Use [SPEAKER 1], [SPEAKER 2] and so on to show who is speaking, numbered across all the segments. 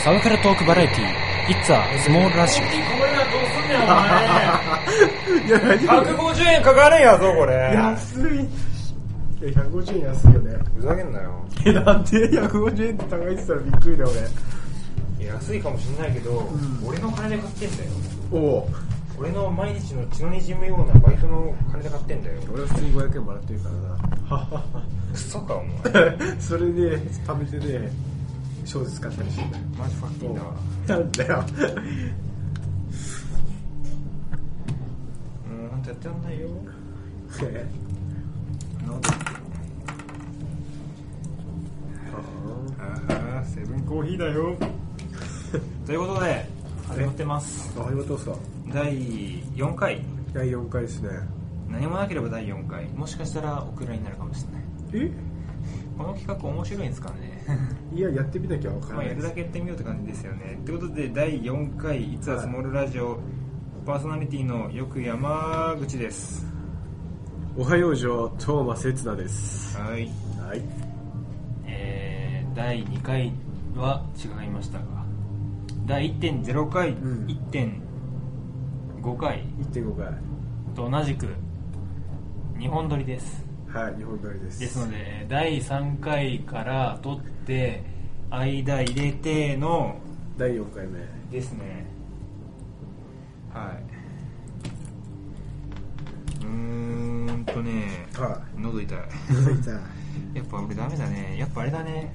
[SPEAKER 1] サブカルトークバラエティー、It's a Small Rush。
[SPEAKER 2] いや、大丈夫。
[SPEAKER 3] 150円かかれんやぞ、これ。
[SPEAKER 2] 安い。いや、150円安いよね。
[SPEAKER 3] ふざけんなよ。
[SPEAKER 2] え、なんで150円って高いって言ったらびっくりだよ、
[SPEAKER 3] 安いかもしんないけど、
[SPEAKER 2] ん
[SPEAKER 3] 俺の金で買ってんだよ。
[SPEAKER 2] 俺。おお。
[SPEAKER 3] 俺の毎日の血の滲むようなバイトの金で買ってんだよ。
[SPEAKER 2] 俺は普通に500円もらってるからな。
[SPEAKER 3] クソか、お前。
[SPEAKER 2] それで、貯めてね、小説買ったりしてんだよ。
[SPEAKER 3] マジファッキンだわ。
[SPEAKER 2] なんだよ。
[SPEAKER 3] うん、ほんとやってらんないよ。
[SPEAKER 2] ね
[SPEAKER 3] なんでああ、セブンコーヒーだよ。 ということで、始まってます。
[SPEAKER 2] あ、始まってますか。
[SPEAKER 3] 第4回。
[SPEAKER 2] 第4回ですね。
[SPEAKER 3] 何もなければ第4回。もしかしたらオクラになるかもしれない。
[SPEAKER 2] え
[SPEAKER 3] この企画面白いんですか ね
[SPEAKER 2] いや、やってみなきゃわから
[SPEAKER 3] ま
[SPEAKER 2] な
[SPEAKER 3] あ
[SPEAKER 2] い
[SPEAKER 3] や
[SPEAKER 2] で
[SPEAKER 3] る
[SPEAKER 2] す
[SPEAKER 3] だ。けやってみようって感じですよね。ということで、第4回、いつはスモールラジオ、パーソナリティのよく山口です。
[SPEAKER 2] おはようじょう、トーマセツナです。
[SPEAKER 3] はい。
[SPEAKER 2] はい。
[SPEAKER 3] えー、第2回は違いましたが、第1.0回、
[SPEAKER 2] うん
[SPEAKER 3] 1.5回
[SPEAKER 2] 1.5回。
[SPEAKER 3] と同じく、2本撮りです。
[SPEAKER 2] はい、日本撮りです。
[SPEAKER 3] ですので、えー第3回から撮って、間入れての、
[SPEAKER 2] 第4回目。
[SPEAKER 3] ですねはいうんーんとね
[SPEAKER 2] は
[SPEAKER 3] 喉痛い
[SPEAKER 2] い。続いた。
[SPEAKER 3] やっぱ俺ダメだねやっぱあれだね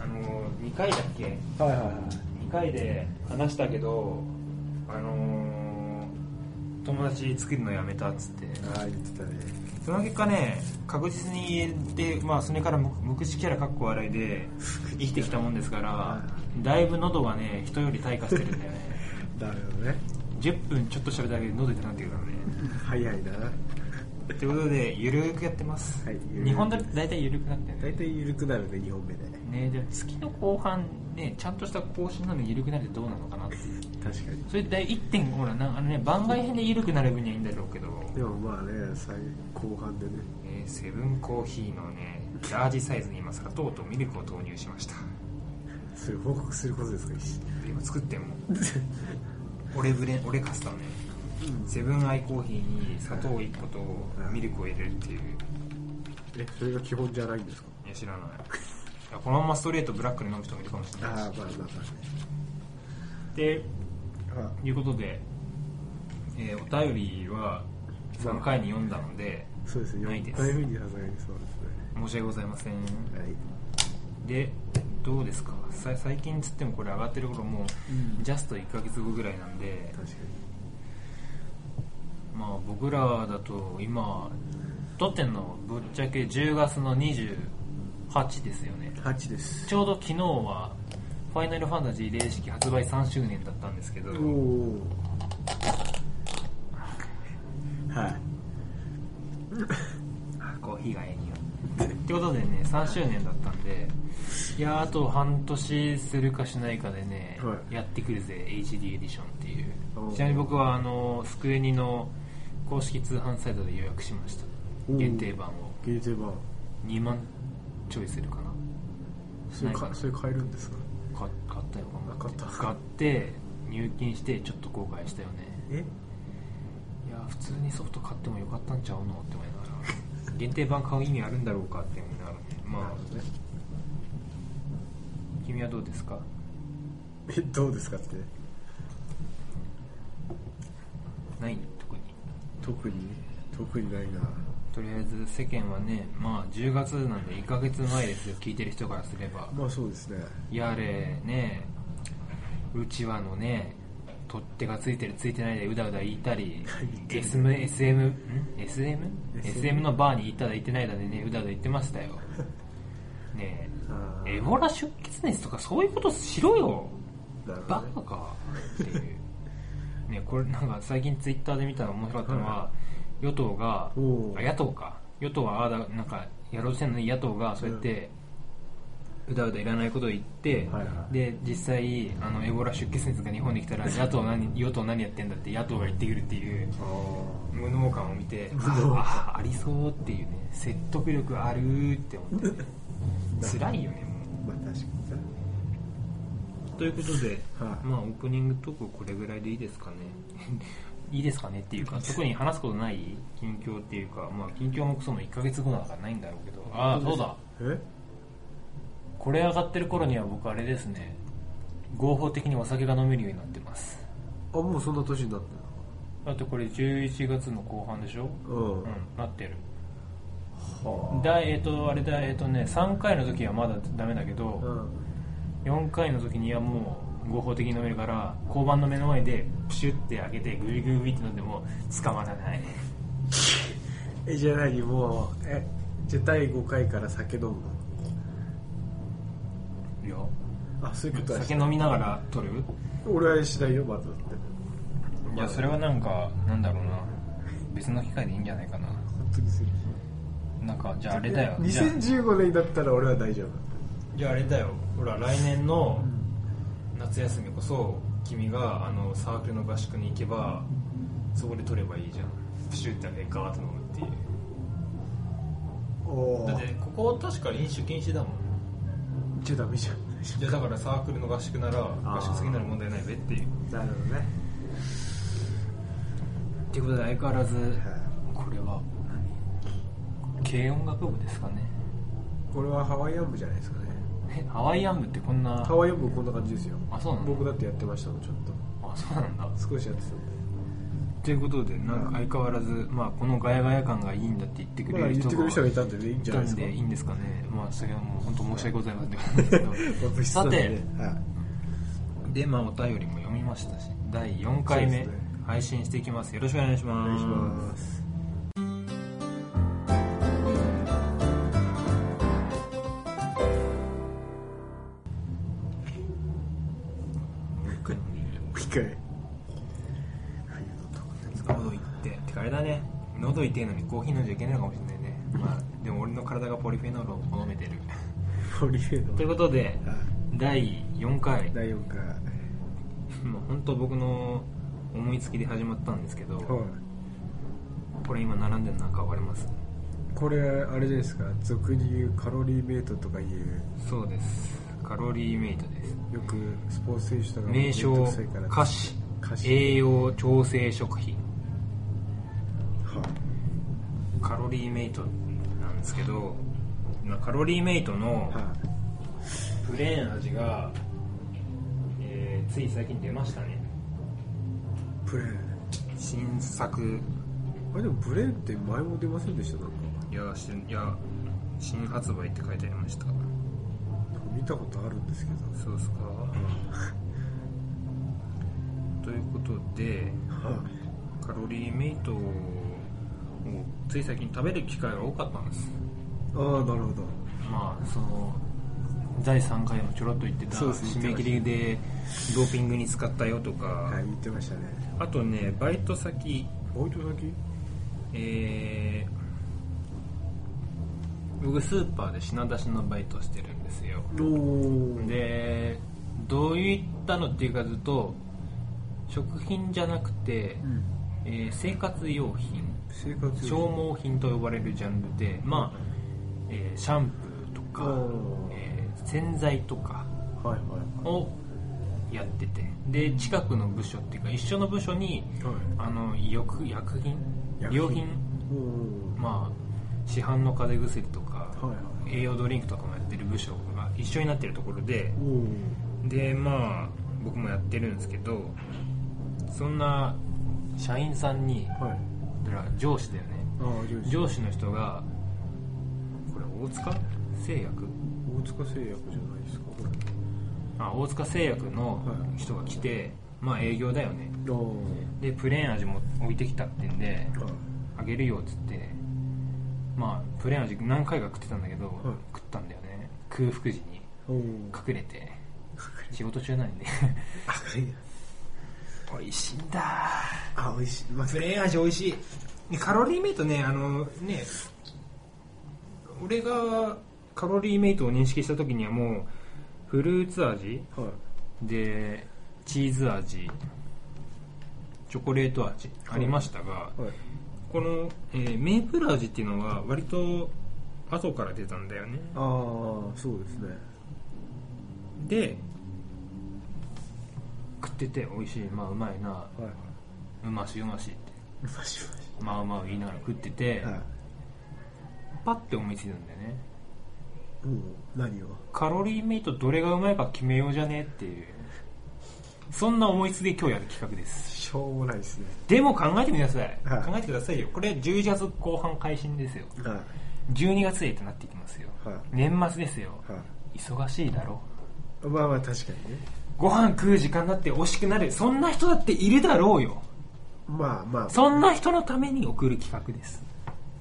[SPEAKER 3] あの2回だっけ
[SPEAKER 2] はいはいはい。
[SPEAKER 3] 2回で話したけどあのー友達作るのやめたっつって
[SPEAKER 2] ああ、言ってたね。
[SPEAKER 3] その結果ね確実に言えてまあそれから無無口キャラかっこ笑 いで生きてきたもんですからだいぶ喉がね人より退化してるんだよね
[SPEAKER 2] だよね。
[SPEAKER 3] 10分ちょっと喋っただけで喉痛くなってくるからね
[SPEAKER 2] 早いな。
[SPEAKER 3] ということでゆるーくやってます、
[SPEAKER 2] はいゆるーく
[SPEAKER 3] 日本だって大体ゆるくなってる
[SPEAKER 2] 大体緩くなるね、2本目で。
[SPEAKER 3] ねねでも月の後半ねちゃんとした更新なのにゆるくなるってどうなのかなっていう
[SPEAKER 2] 確かに。
[SPEAKER 3] それ第1点ほらなあのね番外編でゆるくなる分にはいいんだろうけど、
[SPEAKER 2] でもまあね、最後半でね。
[SPEAKER 3] えーセブンコーヒーのねラージサイズに今砂糖とミルクを投入しました
[SPEAKER 2] それ報告することですか、一
[SPEAKER 3] で今作ってん もん俺ブレ俺カスタムねセブンアイコーヒーに砂糖1個とミルクを入れるっていう
[SPEAKER 2] え、それが基本じゃないんですか
[SPEAKER 3] いや知らないいやこのままストレートブラックに飲む人もいるかもしれない
[SPEAKER 2] ああ、まあまあま
[SPEAKER 3] で
[SPEAKER 2] あね。
[SPEAKER 3] いうことで、えーお便りは3回に読んだので
[SPEAKER 2] あそうですね。
[SPEAKER 3] ないで
[SPEAKER 2] 4
[SPEAKER 3] す
[SPEAKER 2] 回目にさすがにそうです
[SPEAKER 3] 申し訳ございません
[SPEAKER 2] ね。はい。
[SPEAKER 3] でどうですかさ最近つってもこれ上がってる頃もう、ジャスト1ヶ月後ぐらいなんで
[SPEAKER 2] 確か
[SPEAKER 3] まあ僕らだと今撮ってんのぶっちゃけ10月の28ですよね
[SPEAKER 2] に。8です。
[SPEAKER 3] ちょうど昨日はファイナルファンタジー零式発売3周年だったんですけど、
[SPEAKER 2] おお。はい。
[SPEAKER 3] コーヒーがええ匂い。ってことでね、3周年だったんで、いやーあと半年するかしないかでね、
[SPEAKER 2] はい
[SPEAKER 3] やってくるぜ、HD エディションってい
[SPEAKER 2] お
[SPEAKER 3] う。
[SPEAKER 2] ー
[SPEAKER 3] ちなみに僕は、あの、スクエニの公式通販サイトで予約しました。
[SPEAKER 2] おー
[SPEAKER 3] 限定版を。
[SPEAKER 2] 限定版。
[SPEAKER 3] 2万ちょいするかな。
[SPEAKER 2] それ
[SPEAKER 3] ないか
[SPEAKER 2] か、
[SPEAKER 3] な
[SPEAKER 2] それ買えるんですか
[SPEAKER 3] か買ったよ、頑張って
[SPEAKER 2] あ買った
[SPEAKER 3] 買って、入金して、ちょっと後悔したよね。
[SPEAKER 2] え
[SPEAKER 3] いやー普通にソフト買ってもよかったんちゃうのって思いながら。 限定版買う意味あるんだろうかって思いながらね。
[SPEAKER 2] なる
[SPEAKER 3] ま
[SPEAKER 2] ほ
[SPEAKER 3] あ、
[SPEAKER 2] どね。
[SPEAKER 3] 君はどうですか
[SPEAKER 2] え、どうですかって。
[SPEAKER 3] ない特に
[SPEAKER 2] 特に特にないな。
[SPEAKER 3] とりあえず世間はねまあ10月なんで1ヶ月前ですよ聞いてる人からすれば
[SPEAKER 2] まあそうですね。
[SPEAKER 3] やれねうちわのね取っ手がついてるついてないでうだうだ言ったり SM, SM, ん SM? SM のバーに行っただ行ってないだでねうだうだ言ってましたよね
[SPEAKER 2] あ
[SPEAKER 3] えエボラ出血熱とかそういうことしろよ
[SPEAKER 2] なるほど
[SPEAKER 3] バ
[SPEAKER 2] ね
[SPEAKER 3] カかっていう、ね、これなんか最近ツイッターで見たの面白かったのは、与党が
[SPEAKER 2] おう
[SPEAKER 3] あ野党か与党はああだなんかやろうとしてるのに野党がそうやって、うだうだいらないことを言って、
[SPEAKER 2] はいはい
[SPEAKER 3] で実際あのエボラ出血熱が日本に来たら野党何与党何やってんだって野党が言ってくるっていう
[SPEAKER 2] あー
[SPEAKER 3] 無能感を見て
[SPEAKER 2] 無能感
[SPEAKER 3] ああありそうっていうね説得力あるって思って、ね、辛いよねもう
[SPEAKER 2] まあ確かにさ
[SPEAKER 3] ということで、
[SPEAKER 2] はい
[SPEAKER 3] まあオープニングトークこれぐらいでいいですかね いいですかねっていうか特に話すことない近況っていうかまあ近況もクソも1ヶ月後なんかないんだろうけどああそうだ
[SPEAKER 2] え
[SPEAKER 3] これ上がってる頃には僕あれですね合法的にお酒が飲めるようになってます
[SPEAKER 2] あもうそんな年になった
[SPEAKER 3] だってこれ11月の後半でしょ
[SPEAKER 2] のうん、
[SPEAKER 3] うんなってる
[SPEAKER 2] は
[SPEAKER 3] だえっ、とあれだえっ、とね3回の時はまだダメだけ
[SPEAKER 2] あ、う
[SPEAKER 3] ど、
[SPEAKER 2] ん、
[SPEAKER 3] 4回の時にはもう合法的に飲めるから交番の目の前でプシュって開けてグイグイグイって飲んでも捕まらない
[SPEAKER 2] えじゃあ何もうえじゃあ第5回から酒飲む
[SPEAKER 3] いや
[SPEAKER 2] のあそういうことはし
[SPEAKER 3] 酒飲みながら撮る
[SPEAKER 2] 俺はしないよまずだって
[SPEAKER 3] いやそれはなんかなんだろうな別の機会でいいんじゃないかな
[SPEAKER 2] 本当にする
[SPEAKER 3] なんかじゃああれだよじゃあ
[SPEAKER 2] 2015年だったら俺は大丈夫
[SPEAKER 3] じゃああれだよほら来年の夏休みこそ君があのサークルの合宿に行けばそこで取ればいいじゃんプシュってあげてガーッと飲むっていう
[SPEAKER 2] おお
[SPEAKER 3] だってここ確か飲酒禁止だもん
[SPEAKER 2] じゃあダメじゃん
[SPEAKER 3] じゃあだからサークルの合宿なら合宿先なら問題ないべっていう
[SPEAKER 2] なるほどね
[SPEAKER 3] っていうことで相変わらず
[SPEAKER 2] はい
[SPEAKER 3] これは軽音楽部ですかね
[SPEAKER 2] これはハワイアン部じゃないですかね
[SPEAKER 3] えハワイアン部ってこんな
[SPEAKER 2] ハワイアン部こんな感じですよ
[SPEAKER 3] あそうなんだ
[SPEAKER 2] 僕だってやってましたもんちょっと
[SPEAKER 3] あそうなんだ
[SPEAKER 2] 少しやってたんで
[SPEAKER 3] ということでなんか相変わらず、まあ、このガヤガヤ感がいいんだって言ってく
[SPEAKER 2] ま
[SPEAKER 3] れ
[SPEAKER 2] あ
[SPEAKER 3] る
[SPEAKER 2] 言っ
[SPEAKER 3] 人
[SPEAKER 2] てくれる人
[SPEAKER 3] が
[SPEAKER 2] がいたんでねいいんじゃないですか
[SPEAKER 3] いいんですかね、まあ、それはもう本当申し訳ございませんって感 じですけど、さて、で、まあ、お便りも読みましたし、第4回目、
[SPEAKER 2] そうですね
[SPEAKER 3] 配信していきます。よろしくお願いし
[SPEAKER 2] お
[SPEAKER 3] ます。
[SPEAKER 2] 願いしますもう一回
[SPEAKER 3] 喉痛って、てかあれだね、喉痛いのにコーヒー飲んじゃいけないのかもしれないね。まあ、でも俺の体がポリフェノールを飲めてる。
[SPEAKER 2] ポリフェノー
[SPEAKER 3] とい
[SPEAKER 2] ル
[SPEAKER 3] うことで、
[SPEAKER 2] はい
[SPEAKER 3] 第4回、
[SPEAKER 2] 第4回は
[SPEAKER 3] もう本当僕の思いつきで始まったんですけど、これ今並んでるのなんか分かります
[SPEAKER 2] いこれあれじゃないですか俗に言うカロリーメイトとかいう
[SPEAKER 3] そうですカロリーメイトです
[SPEAKER 2] よくスポーツ選手とかも
[SPEAKER 3] 名
[SPEAKER 2] めん
[SPEAKER 3] 称
[SPEAKER 2] どくさいから
[SPEAKER 3] 菓子
[SPEAKER 2] 菓子
[SPEAKER 3] 栄養調整食品
[SPEAKER 2] はい
[SPEAKER 3] カロリーメイトなんですけどまあカロリーメイトの
[SPEAKER 2] は
[SPEAKER 3] プレーン味が、えーつい最近出ましたね
[SPEAKER 2] いプレーン
[SPEAKER 3] 新作
[SPEAKER 2] あれでもブレーンって前も出ませんでしたなんか
[SPEAKER 3] いやしいや新発売って書いてありました
[SPEAKER 2] なんか見たことあるんですけど
[SPEAKER 3] そうですかということで
[SPEAKER 2] は
[SPEAKER 3] カロリーメイトをつい最近食べる機会が多かったんです
[SPEAKER 2] いああなるほど
[SPEAKER 3] まあその第3回もちょろっと言ってた
[SPEAKER 2] そうです
[SPEAKER 3] 締め切りでドーピングに使ったよとか、
[SPEAKER 2] はい言ってましたね
[SPEAKER 3] あとねバイト先
[SPEAKER 2] バイト先
[SPEAKER 3] えー僕スーパーで品出しのバイトしてるんですよ
[SPEAKER 2] おお
[SPEAKER 3] でどういったのっていうかずっと食品じゃなくて、
[SPEAKER 2] うん
[SPEAKER 3] えー生活用品
[SPEAKER 2] 生活費
[SPEAKER 3] 消耗品と呼ばれるジャンルで、まあえーシャンプーとか
[SPEAKER 2] おー、
[SPEAKER 3] えー洗剤とか
[SPEAKER 2] はいはいは
[SPEAKER 3] をやっててで近くの部署っていうか一緒の部署に
[SPEAKER 2] いはい
[SPEAKER 3] あの医薬薬品
[SPEAKER 2] 薬品
[SPEAKER 3] 良品
[SPEAKER 2] おお
[SPEAKER 3] まあ市販の風邪薬とか、
[SPEAKER 2] はいはい
[SPEAKER 3] 栄養ドリンクとかもやってる部署が一緒になってるところで
[SPEAKER 2] おお
[SPEAKER 3] でまあ僕もやってるんですけどそんな社員さんに
[SPEAKER 2] はい
[SPEAKER 3] だから上司だよね
[SPEAKER 2] ああ上司
[SPEAKER 3] 上司の人がこれ大塚製薬
[SPEAKER 2] 大塚製薬じゃないですかこれ
[SPEAKER 3] あ大塚製薬の人が来て、まあ営業だよね
[SPEAKER 2] あ
[SPEAKER 3] でプレーン味も置いてきたってんで
[SPEAKER 2] あはい
[SPEAKER 3] あげるよっつってまあプレーン味何回か食ってたんだけど、
[SPEAKER 2] い
[SPEAKER 3] 食ったんだよね空腹時に
[SPEAKER 2] おお
[SPEAKER 3] 隠れて仕事中なんで
[SPEAKER 2] 赤い
[SPEAKER 3] 美味しいんだ
[SPEAKER 2] あ美味しいまあ
[SPEAKER 3] プレーン味美味しいねカロリーメイトねあのね俺がカロリーメイトを認識した時にはもうフルーツ味
[SPEAKER 2] はい
[SPEAKER 3] でチーズ味チョコレート味ありましたが、
[SPEAKER 2] はい
[SPEAKER 3] この、えーメープル味っていうのは割と後から出たんだよね
[SPEAKER 2] ああそうですねで、
[SPEAKER 3] 食ってて美味しいまあうまいな
[SPEAKER 2] はいう
[SPEAKER 3] ましうましって
[SPEAKER 2] まし
[SPEAKER 3] まあまあ言いながら食ってて、
[SPEAKER 2] ましは
[SPEAKER 3] パッて思いついたんだよね
[SPEAKER 2] い。もう、何を
[SPEAKER 3] カロリーメイトどれがうまいか決めようじゃねっていうそんな思いつきで今日やる企画です
[SPEAKER 2] しょうもないですね。
[SPEAKER 3] でも考えてみなさい、
[SPEAKER 2] はい
[SPEAKER 3] 考えてくださいよこれ11月後半開始ですよ
[SPEAKER 2] はい。
[SPEAKER 3] 12月へとなっていきますよ、
[SPEAKER 2] はい
[SPEAKER 3] 年末ですよ、
[SPEAKER 2] は
[SPEAKER 3] 忙しいだろ
[SPEAKER 2] い。まあまあ、確かにね。
[SPEAKER 3] ご飯食う時間だって惜しくなるそんな人だっているだろうよ
[SPEAKER 2] まあまあ、
[SPEAKER 3] そんな人のために送る企画です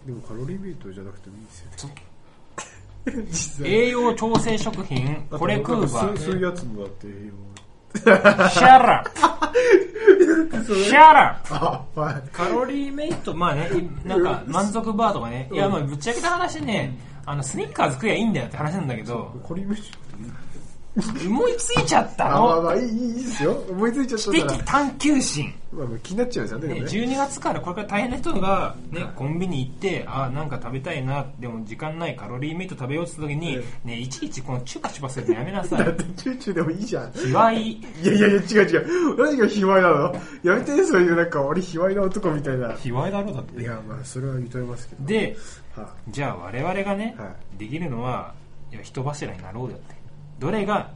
[SPEAKER 2] でもカロリーメイトじゃなくてもいいですよね。実際。
[SPEAKER 3] 栄養調整食品これ食うわシ
[SPEAKER 2] そうそういうやつもだって、も
[SPEAKER 3] ャラップシャラップ
[SPEAKER 2] うあ、はい。
[SPEAKER 3] カロリーメイトまあねなんか満足バーとかねいやまあぶっちゃけた話ねあのスニッカーズ食えばいいんだよって話なんだけど
[SPEAKER 2] カロリーメイト。
[SPEAKER 3] 思いついちゃった
[SPEAKER 2] あ、まあ
[SPEAKER 3] の
[SPEAKER 2] まあ、いい、いいですよ。思いついちゃった
[SPEAKER 3] 的
[SPEAKER 2] から。
[SPEAKER 3] 探求心
[SPEAKER 2] まあまあ、気になっちゃうじゃん
[SPEAKER 3] ね
[SPEAKER 2] ね。でもね
[SPEAKER 3] 12月からこれから大変な人が、ね、コンビニ行ってあなんか食べたいなでも時間ないカロリーメイト食べようって言った時に
[SPEAKER 2] え、
[SPEAKER 3] ね、いちいちこのチュカチュカするのやめなさ
[SPEAKER 2] だっ
[SPEAKER 3] い
[SPEAKER 2] て、チューチューでもいいじゃん。
[SPEAKER 3] 卑猥
[SPEAKER 2] いやいやいや、違う違う。何が卑猥なのやめて、そういう、なんか、俺、卑猥な男みたいな。
[SPEAKER 3] 卑猥だろだっ
[SPEAKER 2] い
[SPEAKER 3] て
[SPEAKER 2] や、まあ、それは認めますけど。
[SPEAKER 3] で
[SPEAKER 2] は
[SPEAKER 3] じゃあ我々がね、
[SPEAKER 2] は
[SPEAKER 3] できるのはいや人柱になろうよってどれが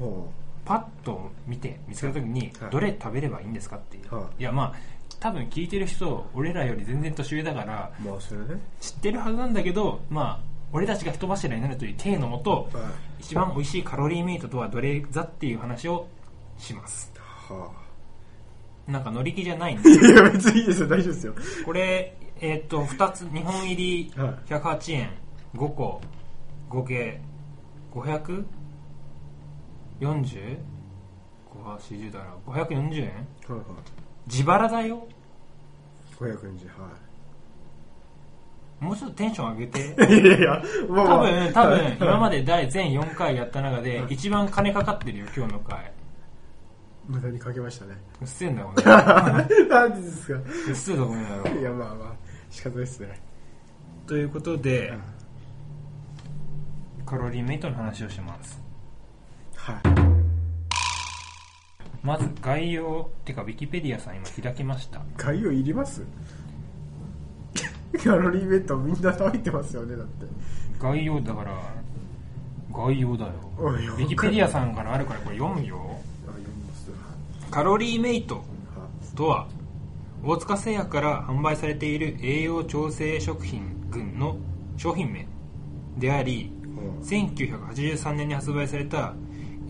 [SPEAKER 2] い。も
[SPEAKER 3] パッと見て見つけた時に
[SPEAKER 2] はい
[SPEAKER 3] どれ食べればいいんですかっていう、、
[SPEAKER 2] はい
[SPEAKER 3] やまあ多分聞いてる人俺らより全然年上だから
[SPEAKER 2] う、まあ、それはね。
[SPEAKER 3] 知ってるはずなんだけどまあ俺たちが人柱になるという体のもと、
[SPEAKER 2] はい。
[SPEAKER 3] 一番美味しいカロリーメイトとはどれだっていう話をします
[SPEAKER 2] はあ。
[SPEAKER 3] なんか乗り気じゃないん
[SPEAKER 2] い
[SPEAKER 3] で
[SPEAKER 2] やいや、別にいいですよ。大丈夫ですよ。
[SPEAKER 3] これえーっと2つ2本入り
[SPEAKER 2] はい
[SPEAKER 3] 108円5個合計 540?540 だから540
[SPEAKER 2] は
[SPEAKER 3] 円
[SPEAKER 2] いは
[SPEAKER 3] 自腹だよ
[SPEAKER 2] い。540、は
[SPEAKER 3] もうちょっとテンション上げて
[SPEAKER 2] い。いやいや、まあま
[SPEAKER 3] 多
[SPEAKER 2] あ。
[SPEAKER 3] 分多分今ま
[SPEAKER 2] で。
[SPEAKER 3] で第全4回やった中で一番金かかってるよ今日の回
[SPEAKER 2] 無駄にかけました ね。
[SPEAKER 3] うっせえんだよお前
[SPEAKER 2] なんでですか。
[SPEAKER 3] うっせえだこの野郎
[SPEAKER 2] いや、まあまあ、仕方ないですね。
[SPEAKER 3] ということで、
[SPEAKER 2] ん
[SPEAKER 3] カロリーメイトの話をします
[SPEAKER 2] はい。
[SPEAKER 3] まず概要てかウィキペディアさん今開きました
[SPEAKER 2] 概要いりますカロリーメイトみんな食べてますよね、だって。
[SPEAKER 3] 概要だから概要だよ
[SPEAKER 2] おいおい
[SPEAKER 3] ウィキペディアさんからあるからこれ読むよ
[SPEAKER 2] あ、読みます。
[SPEAKER 3] カロリーメイト
[SPEAKER 2] は
[SPEAKER 3] とは大塚製薬から販売されている栄養調整食品群の商品名であり
[SPEAKER 2] うん
[SPEAKER 3] 1983年に発売された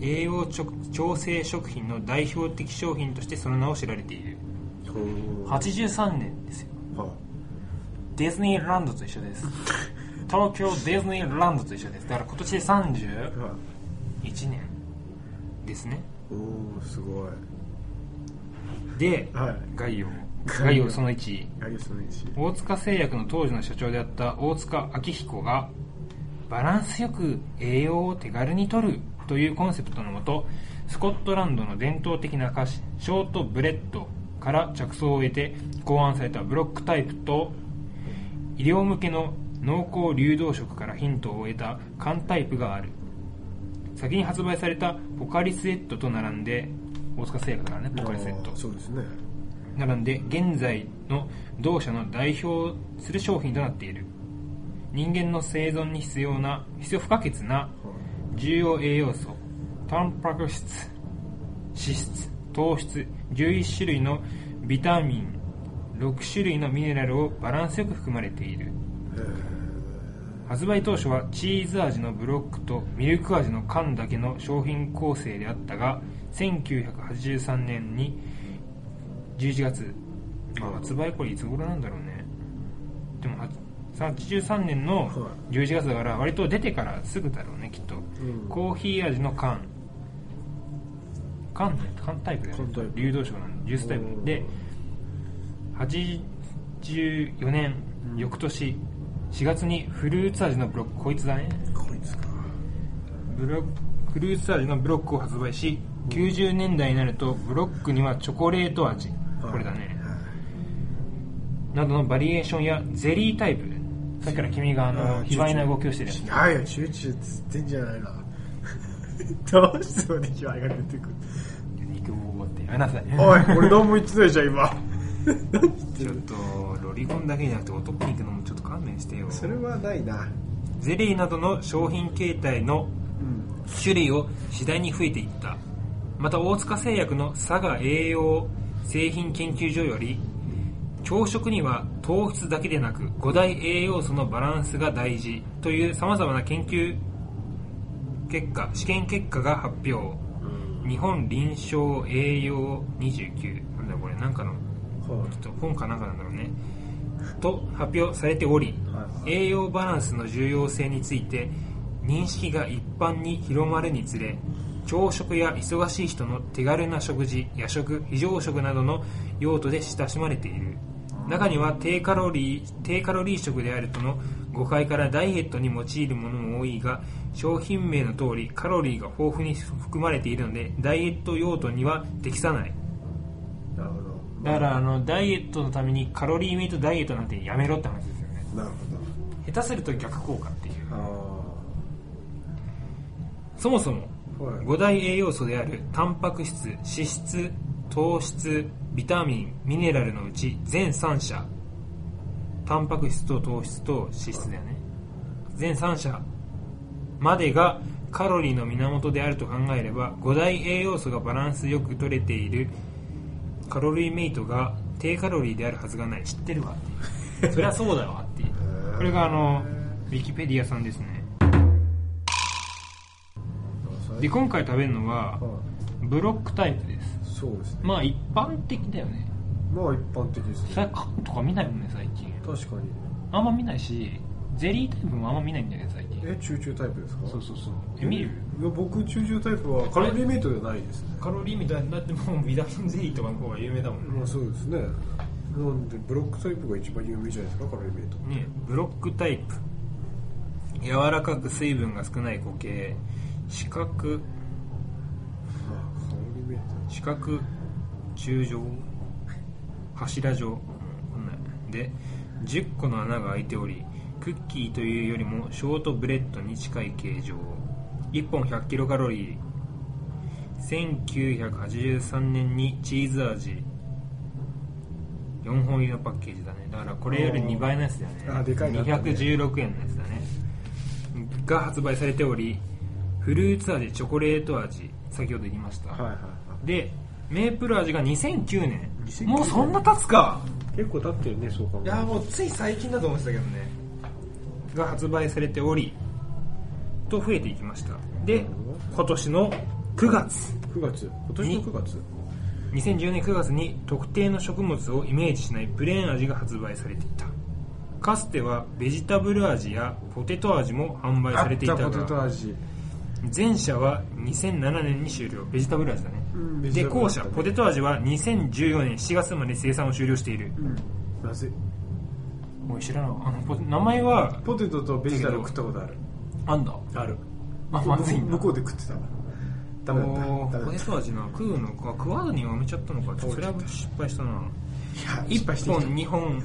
[SPEAKER 3] 栄養ちょ調整食品の代表的商品としてその名を知られている
[SPEAKER 2] い。ほうは
[SPEAKER 3] 83年ですよ
[SPEAKER 2] い。
[SPEAKER 3] ディズニーランドと一緒です東京ディズニーランドと一緒ですだから今年で31
[SPEAKER 2] は
[SPEAKER 3] 年ですね
[SPEAKER 2] い。おおすごい。
[SPEAKER 3] で
[SPEAKER 2] はい。
[SPEAKER 3] 概要
[SPEAKER 2] 概要
[SPEAKER 3] 概要その1
[SPEAKER 2] ありがとうございます。
[SPEAKER 3] 大塚製薬の当時の社長であった大塚明彦がバランスよく栄養を手軽に摂るというコンセプトのもとスコットランドの伝統的な菓子ショートブレッドから着想を得て考案されたブロックタイプと医療向けの濃厚流動食からヒントを得た缶タイプがある先に発売されたポカリスエットと並んで大塚製薬だからねポカリスエット
[SPEAKER 2] あーそうですね。
[SPEAKER 3] 並んで現在の同社の代表する商品となっている人間の生存に必要な必要不可欠な重要栄養素タンパク質脂質糖質11種類のビタミン6種類のミネラルをバランスよく含まれている発売当初はチーズ味のブロックとミルク味の缶だけの商品構成であったが1983年に11月、まあ、発売これいつ頃なんだろうねでもは83年の11月だから割と出てからすぐだろうねきっと、
[SPEAKER 2] ん
[SPEAKER 3] コーヒー味の缶缶ね缶タイプだよね
[SPEAKER 2] 缶タイプ
[SPEAKER 3] 流動症なんでジュースタイ
[SPEAKER 2] う
[SPEAKER 3] プ
[SPEAKER 2] ん
[SPEAKER 3] で84年翌年4月にフルーツ味のブロックこいつだね
[SPEAKER 2] こいつか。
[SPEAKER 3] ブロックフルーツ味のブロックを発売し90年代になるとブロックにはチョコレート味これだねなどのバリエーションやゼリータイプさっきから君があ
[SPEAKER 2] あ
[SPEAKER 3] の
[SPEAKER 2] ー
[SPEAKER 3] 卑猥な動きをしてるやつ
[SPEAKER 2] はい。はい、集中つってんじゃないな。
[SPEAKER 4] どうしてお肉あれが出てくる
[SPEAKER 3] 肉もごってやめなさい
[SPEAKER 4] お い俺どうも言ってないじゃん今
[SPEAKER 3] ちょっとロリコンだけじゃなくて男肉のもちょっと勘弁してよ
[SPEAKER 4] それはないな
[SPEAKER 3] ゼリーなどの商品形態の
[SPEAKER 4] うん
[SPEAKER 3] 種類を次第に増えていったまた大塚製薬の佐賀栄養製品研究所より朝食には糖質だけでなく5大栄養素のバランスが大事というさまざまな研究結果試験結果が発表日本臨床栄養29なんだこれなんかの
[SPEAKER 4] は
[SPEAKER 3] ちょっと本かなんかなんだろうねと発表されており
[SPEAKER 4] いはい
[SPEAKER 3] 栄養バランスの重要性について認識が一般に広まるにつれ朝食や忙しい人の手軽な食事夜食非常食などの用途で親しまれている中には低カロリー低カロリー食であるとの誤解からダイエットに用いるものも多いが商品名の通りカロリーが豊富に含まれているのでダイエット用途には適さない
[SPEAKER 4] なるほ
[SPEAKER 3] だからあのダイエットのためにカロリーメイトダイエットなんてやめろって話ですよね
[SPEAKER 4] どなる
[SPEAKER 3] 下手すると逆効果っていう
[SPEAKER 4] ほど
[SPEAKER 3] そもそも
[SPEAKER 4] ああはい
[SPEAKER 3] 5大栄養素であるタンパク質脂質糖質ビタミンミネラルのうち全3社タンパク質と糖質と脂質だよね全3社までがカロリーの源であると考えれば5大栄養素がバランスよく取れているカロリーメイトが低カロリーであるはずがない知って るわっていうそりゃそうだわっていうこれがあのウィキペディアさんですねで今回食べるのは
[SPEAKER 4] は
[SPEAKER 3] ブロックタイプです
[SPEAKER 4] いそうですね
[SPEAKER 3] まあ一般的だよね
[SPEAKER 4] まあ一般的です
[SPEAKER 3] それ
[SPEAKER 4] ね
[SPEAKER 3] カップとか見ないもんね最近
[SPEAKER 4] 確かに
[SPEAKER 3] あんま見ないしゼリータイプもあんま見ないんだよね最近
[SPEAKER 4] え中中タイプですか
[SPEAKER 3] そうそうそうえ見る
[SPEAKER 4] いや僕中中タイプはカロリーメイトじゃないですね
[SPEAKER 3] カロリーみたいになってもうビタミンゼリーとかの方が有名だも
[SPEAKER 4] まあそうですねなんでブロックタイプが一番有名じゃないですかカロリーメイト
[SPEAKER 3] ねブロックタイプ柔らかく水分が少ない固形四角
[SPEAKER 4] まあカロリーメイ
[SPEAKER 3] 四角柱状柱状こんなんで10個の穴が開いておりクッキーというよりもショートブレッドに近い形状1本1 0 0キロカロリー1983年にチーズ味4本入りのパッケージだねだからこれより2倍のやつだよね
[SPEAKER 4] あーでかいのあったね
[SPEAKER 3] 216円のやつだねが発売されておりフルーツ味チョコレート味先ほど言いました、
[SPEAKER 4] トはいはい
[SPEAKER 3] でメープル味が2009年
[SPEAKER 4] 2009年
[SPEAKER 3] もうそんな経つか
[SPEAKER 4] 結構経ってるねそう考え
[SPEAKER 3] いやもうつい最近だと思ってたけどねが発売されておりと増えていきましたで今年の9月
[SPEAKER 4] 9月今年の9月
[SPEAKER 3] 2010年9月に特定の食物をイメージしないプレーン味が発売されていたかつてはベジタブル味やポテト味も販売されていた
[SPEAKER 4] あったポテト
[SPEAKER 3] が
[SPEAKER 4] 味
[SPEAKER 3] 前者は2007年に終了ベジタブル味だね
[SPEAKER 4] うんベジ
[SPEAKER 3] で
[SPEAKER 4] タブル
[SPEAKER 3] 後
[SPEAKER 4] 味だ
[SPEAKER 3] 者
[SPEAKER 4] ったね
[SPEAKER 3] ポテト味は2014年7月まで生産を終了している
[SPEAKER 4] うんなぜ
[SPEAKER 3] おい知らないあのポテ名前は
[SPEAKER 4] ポテトとベジタル食ったことある
[SPEAKER 3] あんだ
[SPEAKER 4] ある
[SPEAKER 3] あまずいんだ
[SPEAKER 4] 向こうで食ってたわダメだ
[SPEAKER 3] お
[SPEAKER 4] った
[SPEAKER 3] ー
[SPEAKER 4] ダ
[SPEAKER 3] ポ
[SPEAKER 4] メ
[SPEAKER 3] テ
[SPEAKER 4] だっ
[SPEAKER 3] ト味な食うのか食わずにやめちゃったのかそれは失敗したな
[SPEAKER 4] たいや
[SPEAKER 3] 1
[SPEAKER 4] 失敗して
[SPEAKER 3] 本
[SPEAKER 4] きた
[SPEAKER 3] 2本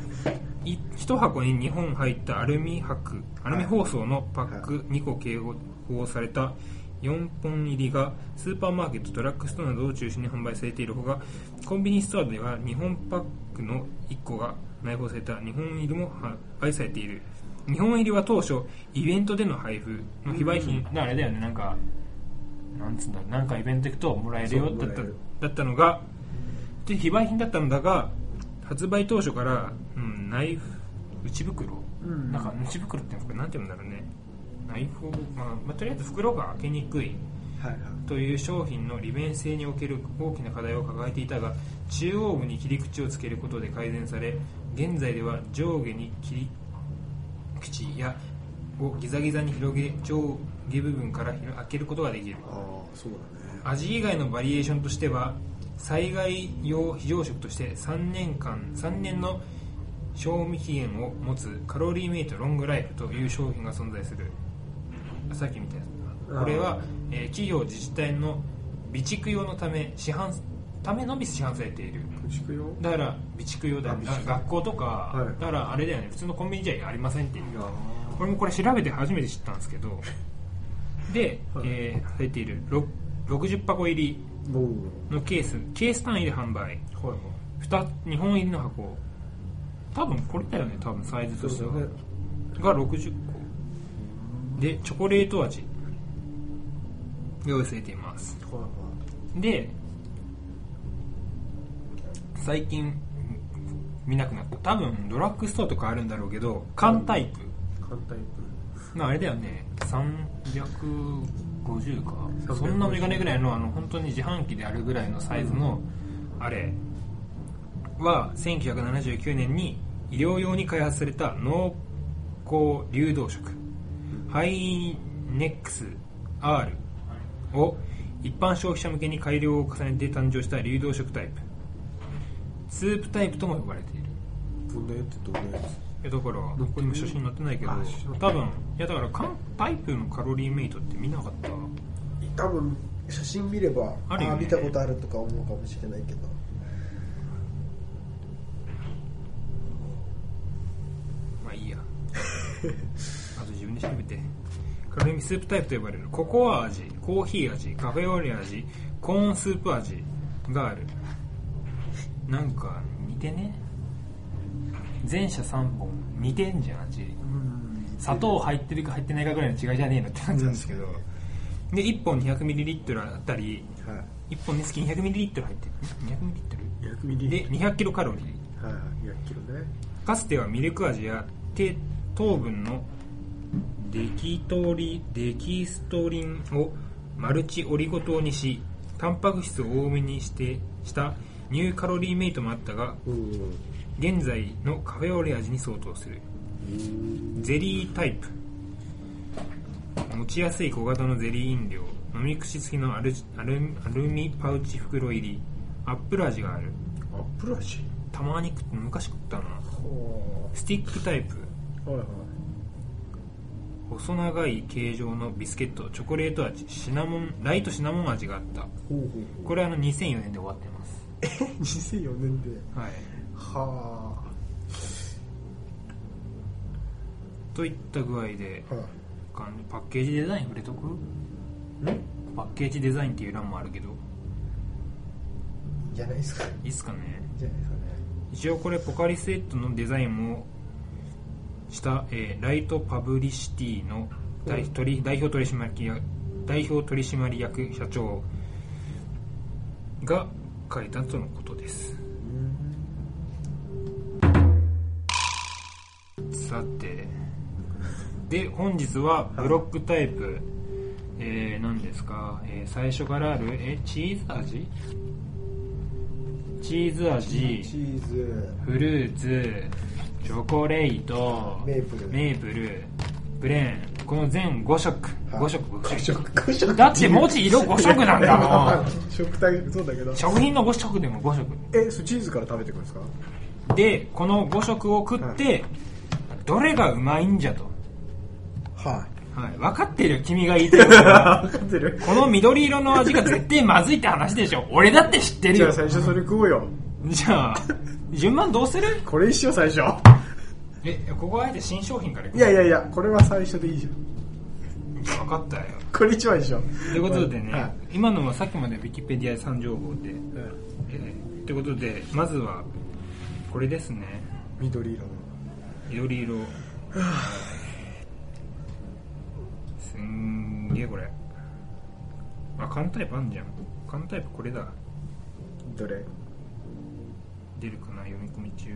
[SPEAKER 3] い1箱に2本入ったアルミ箔アルミ包装のパック2個計合された4本入りがスーパーマーケットドラッグストアなどを中心に販売されているほかコンビニストアでは2本パックの1個が内包された2本入りも販売されている2本入りは当初イベントでの配布の非売品だからあれだよねなんかなんつうんだろうなんかイベント行くともらえるよ
[SPEAKER 4] そう
[SPEAKER 3] だっ
[SPEAKER 4] もら
[SPEAKER 3] た
[SPEAKER 4] える
[SPEAKER 3] だったのがで非売品だったのだが発売当初から、うん、ナイフ内袋、
[SPEAKER 4] うん
[SPEAKER 3] なんか内袋ってなんかなんて言うんだろうねナイフを、まあまあとりあえず袋が開けにくい
[SPEAKER 4] はいはい
[SPEAKER 3] という商品の利便性における大きな課題を抱えていたが中央部に切り口をつけることで改善され現在では上下に切り口やをギザギザに広げ上下部分から広開けることができる
[SPEAKER 4] ああそうだね
[SPEAKER 3] 味以外のバリエーションとしては災害用非常食として3年間3年の賞味期限を持つカロリーメイトロングライフという商品が存在するあさっきみたいな
[SPEAKER 4] あー
[SPEAKER 3] これは、えー企業自治体の備蓄用のため市販ためのみ市販されている
[SPEAKER 4] 食用
[SPEAKER 3] だから備蓄用だよね
[SPEAKER 4] あ備蓄
[SPEAKER 3] 学校とか、
[SPEAKER 4] はい
[SPEAKER 3] だからあれだよね普通のコンビニじゃありませんっていう
[SPEAKER 4] いや
[SPEAKER 3] 俺もこれ調べて初めて知ったんですけどで、
[SPEAKER 4] はい
[SPEAKER 3] えー入っているろ60箱入り
[SPEAKER 4] おお
[SPEAKER 3] のケースケース単位で販売
[SPEAKER 4] はいはい
[SPEAKER 3] ふた2本入りの箱多分これだよね多分サイ
[SPEAKER 4] そ
[SPEAKER 3] ズと
[SPEAKER 4] うで
[SPEAKER 3] し
[SPEAKER 4] す
[SPEAKER 3] て
[SPEAKER 4] よ
[SPEAKER 3] は
[SPEAKER 4] ね
[SPEAKER 3] が60個でチョコレート味用意されています
[SPEAKER 4] はいは
[SPEAKER 3] で最近見なくなった多分ドラッグストアとかあるんだろうけど缶タイ
[SPEAKER 4] い簡単に
[SPEAKER 3] プなあれだよね350か
[SPEAKER 4] 350
[SPEAKER 3] そんなメガネぐらいのあの本当に自販機であるぐらいのサイズのあれは1979年に医療用に開発された濃厚流動食ハイネックス R を一般消費者向けに改良を重ねて誕生した流動食タイプスープタイプとも呼ばれている
[SPEAKER 4] どんなやつどんなやつ
[SPEAKER 3] えだからどこにも写真載ってないけど
[SPEAKER 4] あ写真載ってな
[SPEAKER 3] 多
[SPEAKER 4] い
[SPEAKER 3] 分いやだから缶タイプのカロリーメイトって見なかった
[SPEAKER 2] 多分写真見れば
[SPEAKER 3] あるよね
[SPEAKER 2] あ見たことあるとか思うかもしれないけど
[SPEAKER 3] まあい いやあと自分で調べてカロリースープタイプと呼ばれるココア味コーヒー味カフェオレ味コーンスープ味があるなんか似てね全社3本似てんじゃん味
[SPEAKER 4] うん
[SPEAKER 3] 砂糖入ってるか入ってないかぐらいの違いじゃねえのって感じなんですけどで1本 200ml あたり
[SPEAKER 2] はい
[SPEAKER 3] 1本につき 200ml 入ってる 200ml
[SPEAKER 4] 200ミリ
[SPEAKER 3] で 200kcal カロリー
[SPEAKER 4] はいはい200キロね
[SPEAKER 3] かつてはミルク味や低糖分のデキトリデキストリンをマルチオリゴ糖にしタンパク質を多めにしてしたニューカロリーメイトもあったが
[SPEAKER 2] うんうん
[SPEAKER 3] 現在のカフェオレ味に相当するゼリータイプ持ちやすい小型のゼリー飲料飲み口付きのアルジアルミアルミパウチ袋入りアップル味がある
[SPEAKER 4] アップル味
[SPEAKER 3] たまに食って昔食ったな
[SPEAKER 4] は
[SPEAKER 3] スティックタイプ
[SPEAKER 4] あはいはい
[SPEAKER 3] 細長い形状のビスケットチョコレート味シナモンライトシナモン味があった
[SPEAKER 4] ほうほうほ
[SPEAKER 3] これあの2004年で終わってます
[SPEAKER 4] う2004年で
[SPEAKER 3] はい
[SPEAKER 4] は
[SPEAKER 3] といった具合で
[SPEAKER 2] はい
[SPEAKER 3] かんパッケージデザイン触れとくパッケージデザインっていう欄もあるけど
[SPEAKER 2] じゃないですか
[SPEAKER 3] いいっすかね
[SPEAKER 2] じゃないですかね
[SPEAKER 3] 一応これポカリスエットのデザインもした、えーライトパブリシティの代取代表取締役代表取締役社長が書いたとのことですさてで本日はブロックタイプ、えー何ですか、えー最初からあるえチーズ味チーズ味
[SPEAKER 2] チーズ
[SPEAKER 3] フルーツチョコレート
[SPEAKER 2] メープル
[SPEAKER 3] メープルプレーンこの全5色
[SPEAKER 2] はい
[SPEAKER 3] 5色5
[SPEAKER 2] 5
[SPEAKER 3] 色
[SPEAKER 2] 食5食
[SPEAKER 3] だって文字色5色なんだもん
[SPEAKER 4] 食体そうだけど
[SPEAKER 3] 食品の5色でも5色
[SPEAKER 4] えそれチーズから食べてくるんですか
[SPEAKER 3] でこの5色を食って、どれがうまいんじゃと、
[SPEAKER 2] は
[SPEAKER 3] はい、分かってるよ君が言 いたいことは
[SPEAKER 4] 分かってる
[SPEAKER 3] この緑色の味が絶対まずいって話でしょ俺だって知ってる
[SPEAKER 4] じゃあ
[SPEAKER 3] よ
[SPEAKER 4] 最初それ食おうよ
[SPEAKER 3] じゃあ順番どうする
[SPEAKER 4] これにしよう最初
[SPEAKER 3] えここはあえて新商品からいく
[SPEAKER 4] いやいやいやこれは最初でいいじゃん
[SPEAKER 3] 分かったよ
[SPEAKER 4] これ一番でしょ
[SPEAKER 3] ということでね、
[SPEAKER 4] はい
[SPEAKER 3] 今のはさっきまでウィキペディア3情報で、
[SPEAKER 4] うん
[SPEAKER 3] えーということでまずはこれですね
[SPEAKER 4] 緑色の
[SPEAKER 3] 緑色すんげえこれあ缶タイプあんじゃん缶タイプこれだ
[SPEAKER 4] どれ
[SPEAKER 3] 出るかな読み込み中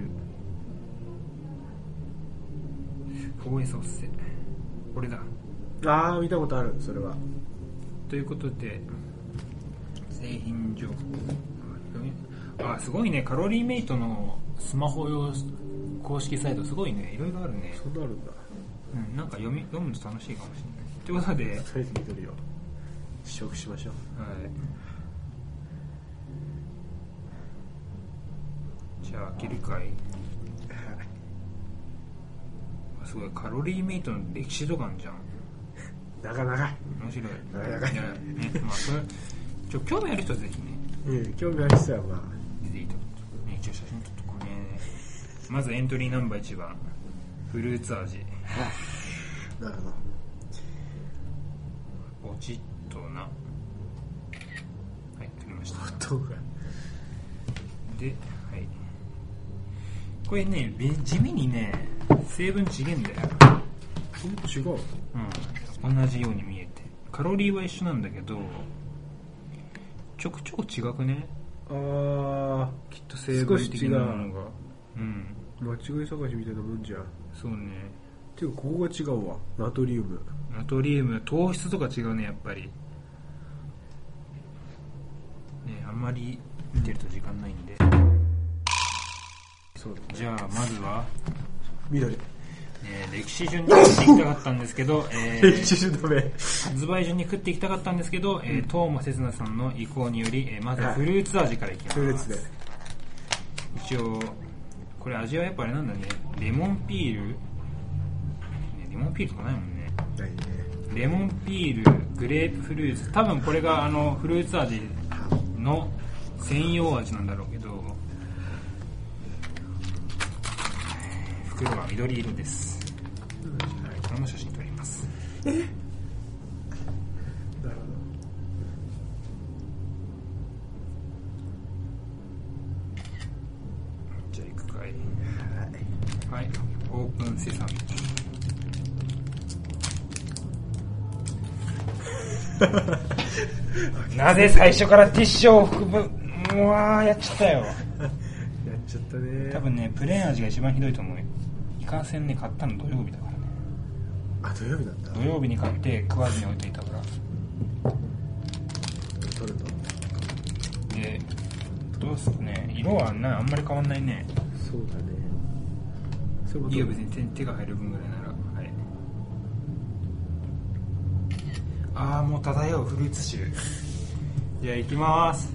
[SPEAKER 3] フォーエソッセこれだ
[SPEAKER 4] ああ見たことあるそれは
[SPEAKER 3] ということで製品情報あすごいねカロリーメイトのスマホ用公式サイトすごいねいろいろあるね、
[SPEAKER 4] そんなあるんだ
[SPEAKER 3] うん、なんか読み読むと楽しいかもしれないということで、はい、
[SPEAKER 4] とりあえず緑を試食しましょう
[SPEAKER 3] じゃあ開けるかいあすごいカロリーメイトの歴史とかあんじゃん
[SPEAKER 4] 長々
[SPEAKER 3] 面白い
[SPEAKER 4] はいはい
[SPEAKER 3] いやねまあそれちょ興味ある人はぜひね
[SPEAKER 4] うん興味ある人はま
[SPEAKER 3] 出ていたことね一応写真撮っとこうねまずエントリーナンバー1番フルーツ味
[SPEAKER 4] あなるほど
[SPEAKER 3] おちっとなはい取りました
[SPEAKER 2] 音が
[SPEAKER 3] で、はい、これねべ地味にね成分違えんだよ、
[SPEAKER 2] 違う
[SPEAKER 3] うん、同じように見えてカロリーは一緒なんだけどちょくちょく違くね
[SPEAKER 2] あ
[SPEAKER 3] きっと
[SPEAKER 2] ー
[SPEAKER 3] 成
[SPEAKER 2] 少
[SPEAKER 3] 分
[SPEAKER 2] し
[SPEAKER 3] 的
[SPEAKER 2] 違うの
[SPEAKER 3] なもの
[SPEAKER 2] が
[SPEAKER 3] がうん
[SPEAKER 2] 間違い探しみたいなもんじゃん
[SPEAKER 3] そうね
[SPEAKER 2] ていうかここが違うわナトリウム
[SPEAKER 3] ナトリウム糖質とか違うねやっぱりねあんまり見てると時間ないんで
[SPEAKER 2] そうだ
[SPEAKER 3] じゃあまずは、
[SPEAKER 2] 緑
[SPEAKER 3] えー歴史順に食っていきたかったんですけど、えー
[SPEAKER 2] 一種ダメ
[SPEAKER 3] 発売順に食っていきたかったんですけど、えー、東間節菜さんの意向により、えーまずはフルーツ味からいきます、
[SPEAKER 2] それですね
[SPEAKER 3] 一応これ味はやっぱあれなんだねレモンピール、ね、レモンピールとかないもんね
[SPEAKER 2] ないね
[SPEAKER 3] レモンピールグレープフルーツ多分これがあのフルーツ味の専用味なんだろうけど袋は緑色です、はい、これも写真撮ります
[SPEAKER 2] なるほど
[SPEAKER 3] じゃあ行くかいはい、オープンセサミなぜ最初からティッシュを含むうわーやっちゃったよ
[SPEAKER 2] やっちゃったね
[SPEAKER 3] 多分ねプレーン味が一番ひどいと思うよいかんせんね買ったの土曜日だからね
[SPEAKER 2] あ土曜日だった
[SPEAKER 3] 土曜日に買って食わずに置いていたから
[SPEAKER 2] 取ると
[SPEAKER 3] でどうすかね色はなあんまり変わんないね
[SPEAKER 2] そうだねそういうこと
[SPEAKER 3] いいよ別に手手が入る分ぐらいならはいああもう漂うフルーツ酒じゃあいきます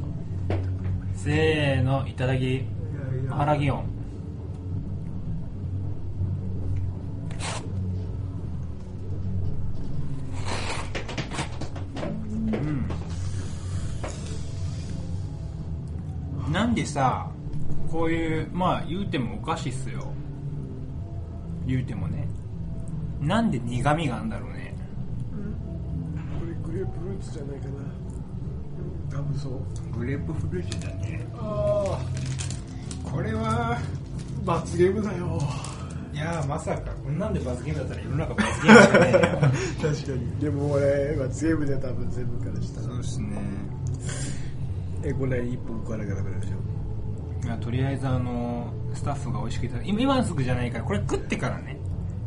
[SPEAKER 3] せーのいただき
[SPEAKER 2] いやいや
[SPEAKER 3] マハラギオンうんなんでさこういうまあ言うてもお菓子っすよ言うてもねなんで苦味があるんだろうね
[SPEAKER 2] これグレープフルーツじゃないかな多分そう
[SPEAKER 3] グレープフルーツだね
[SPEAKER 2] あ
[SPEAKER 3] これは
[SPEAKER 2] あ罰ゲームだよ
[SPEAKER 3] いやーまさかこんなんで罰ゲームだったら世の中罰ゲームしかないよ
[SPEAKER 2] 確かにでも俺罰ゲームで多分全部からした
[SPEAKER 3] そうですね
[SPEAKER 2] えこれ1本からがダメなんでしょ
[SPEAKER 3] いやとりあえずあのスタッフが美味しくいただ今今すぐじゃないからこれ食ってからね